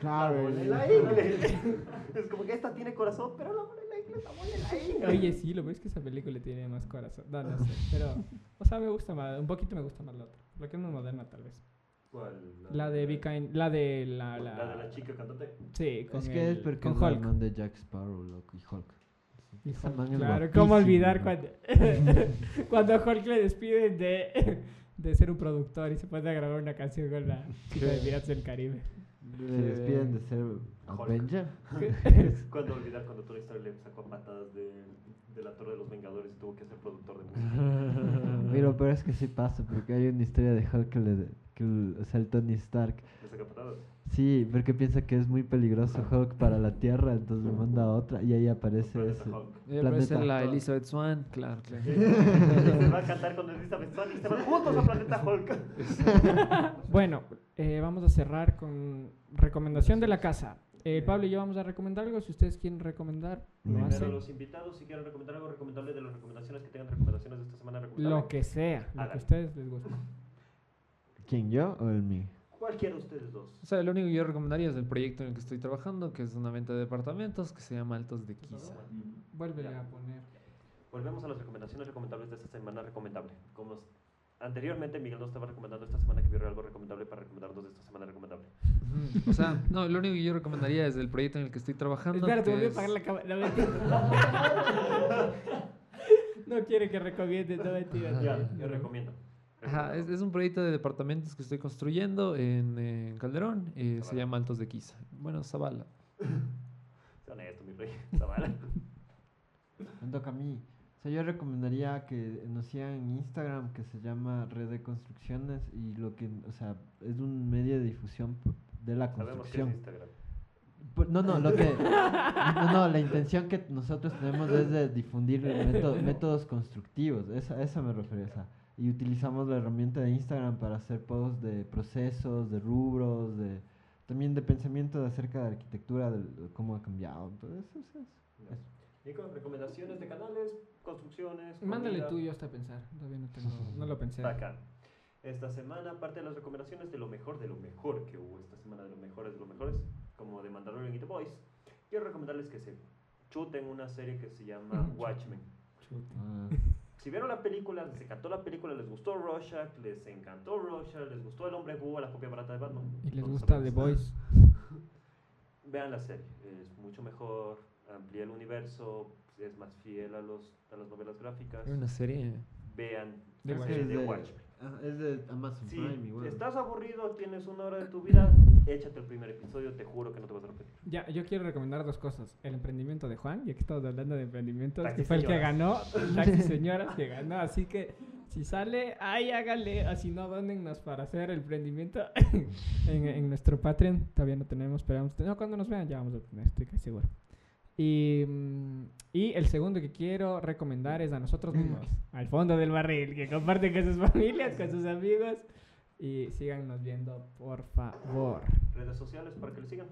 C: Claro.
B: bola de
C: el-
B: la Ingle. [LAUGHS] Es como que esta tiene corazón, pero la bola de la Ingle, la bola de la Ingle.
A: Oye, sí, lo peor es que esa película tiene más corazón. No, no sé. Pero, o sea, me gusta más. Un poquito me gusta más la otra. La que es más moderna, tal vez.
B: ¿Cuál?
A: La de Be Kind- La de la.
B: La,
A: la-
B: de la chica cantante.
A: Sí, con
C: Es que es
A: el-
C: porque
A: con
C: es el
A: Hulk.
C: man de Jack Sparrow, loco, y Hulk.
A: Y
C: Esa
A: Hulk,
C: man es
A: claro, ¿cómo
C: guapísima,
A: olvidar
C: loco.
A: cuando, [LAUGHS] cuando a Hulk le despiden de, de ser un productor y se pone a grabar una canción con la chica de Piratas del Caribe?
C: Le despiden
D: Eh,
C: de ser Avenger. [LAUGHS]
B: Cuando olvidar cuando Tony Stark le sacó a patadas de, de la Torre de los Vengadores y tuvo que ser productor de
A: [LAUGHS]
B: música.
C: Y lo peor es que sí pasa, porque hay una historia de Hulk que le. Que, el- o sea, el Tony Stark.
B: Le saca patadas.
C: Sí, porque piensa que es muy peligroso Hulk para la Tierra, entonces le manda a otra y ahí aparece
B: Planeta
C: ese.
B: Hulk.
D: Eh, pero esa es
C: Planeta.
D: la Elizabeth Swan, claro, claro.
B: se va a cantar con Elizabeth Swan y se van juntos a Planeta Hulk.
A: Bueno, eh, vamos a cerrar con recomendación de la casa. Eh, Pablo y yo vamos a recomendar algo. Si ustedes quieren recomendar, lo
C: Primero
B: Primero,
A: hacen.
B: los invitados, si quieren recomendar algo recomendable de las recomendaciones que tengan recomendaciones de esta semana, recomendable.
A: Lo que sea, lo que a
B: Háganlo.
A: ustedes les guste.
C: ¿Quién, yo o el mí?
B: Cualquiera de ustedes dos.
D: O sea, lo único que yo recomendaría es el proyecto en el que estoy trabajando, que es una venta de departamentos que se llama Altos de Quiza.
A: Vuelve a poner.
B: Volvemos a las recomendaciones recomendables de esta semana recomendable. Como s- anteriormente Miguel nos estaba recomendando esta semana que viera algo recomendable para recomendarnos de esta semana recomendable.
D: Ujú. O sea, no, lo único que yo recomendaría es el proyecto en el que estoy trabajando.
A: Espera, te
D: que
A: volví a
D: es-
A: apagar la cámara. No, mentira. No quiere que recomiende, no mentira.
B: Ya, yo recomiendo.
D: Ajá, es, es un proyecto de departamentos que estoy construyendo en, eh, Calderón. eh, se
B: Zavala.
D: llama Altos de Quiza. Bueno, Zavala.
B: Sé honesto, mi rey. Zavala.
C: Me toca a mí. O sea, yo recomendaría que nos sigan en Instagram, que se llama Red de Construcciones, y lo que, o sea, es un medio de difusión p- de la
B: Sabemos que es
C: construcción.
B: Instagram.
C: Pu- Pues, No, no, lo que... No, no, la intención que nosotros tenemos es de difundir método- métodos constructivos, esa- a eso me refería, o sea, y utilizamos la herramienta de Instagram para hacer posts de procesos, de rubros, de también de pensamiento acerca de arquitectura, de l- cómo ha cambiado, todo eso, eso, eso.
B: Ya. Nico, recomendaciones de canales, construcciones.
A: Mándale
B: comida.
A: tú, yo hasta pensar. Todavía no, tengo, no lo pensé.
B: Bacán. Esta semana, parte de las recomendaciones de lo mejor, de lo mejor que hubo esta semana, de lo mejores, de lo mejores, como de Mandalorian y The Boys, quiero recomendarles que se chuten una serie que se llama Watchmen.
A: Chuta.
C: Ah,
B: Si vieron la película, les encantó la película, les gustó Rorschach, les encantó Rorschach, les gustó El Hombre Cuba, la copia barata de Batman.
A: Y les
B: Todos
A: gusta The
B: sabemos.
A: Voice.
B: Vean la serie, es mucho mejor, amplía el universo, es más fiel a, los, a las novelas gráficas.
D: Es una serie.
B: Vean
A: The
B: la
C: creo que
B: serie
C: es
B: de
C: de-
B: Watchmen.
C: ah, es de Amazon
B: Si
C: Prime igual.
B: estás aburrido, tienes una hora de tu vida, échate el primer episodio, te juro que no te vas a arrepentir.
A: Ya, yo quiero recomendar dos cosas. El emprendimiento de Juan, ya que estamos hablando de emprendimientos,
B: Taxi
A: que fue el que
B: señoras.
A: ganó,
B: [LAUGHS]
A: el Taxi Señoras que ganó. Así que si sale, ay, hágale, así no dónennos para hacer el emprendimiento [LAUGHS] en, en nuestro Patreon. Todavía no tenemos, pero vamos a tener. No, cuando nos vean ya vamos a tener, estoy casi seguro. Y, mm, y el segundo que quiero recomendar es a nosotros mismos,
B: [LAUGHS]
A: al fondo del barril, que comparten con sus familias, con sus amigos. Y síganos viendo, por favor.
B: Redes sociales para que le sigan.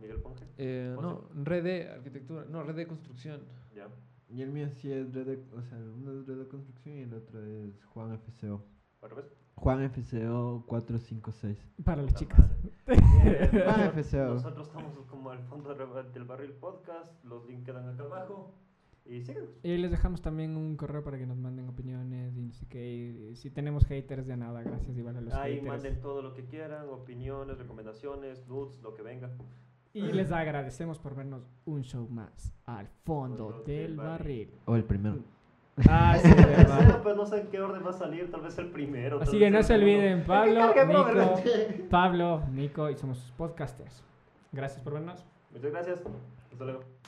B: Miguel Ponge.
D: Eh,
B: José.
D: no, red de arquitectura. No, red de construcción.
B: Ya.
C: Y el mío sí es Red de, o sea, uno es Red de Construcción y el otro es Juan FCO.
B: Otra vez.
C: Juan FCO 456.
A: Para las
B: Puta
A: chicas. [LAUGHS]
B: madre. Eh,
C: Ah,
B: nosotros-
C: FCO.
B: Nosotros estamos como al fondo del del barril podcast. Los links quedan acá abajo. Y síganos.
A: Y ahí les dejamos también un correo para que nos manden opiniones y no sé qué. y si tenemos haters de nada, gracias igual a los
B: Ahí
A: haters.
B: manden todo lo que quieran, opiniones, recomendaciones, nudes, lo
A: [LAUGHS]
B: que venga.
A: Y les agradecemos por vernos un show más al fondo del barril.
C: O el primero.
A: Ah, sí,
B: Es el tercero,
A: verdad.
B: pero pues no sé en qué orden va a salir, tal vez el primero. tal
A: Así
B: vez
A: que no
B: el
A: se
B: segundo.
A: olviden,
B: Es
A: Pablo,
B: que cargue, bro,
A: Nico, Pablo, Nico y somos sus podcasters. Gracias por vernos.
B: Muchas gracias. Hasta luego.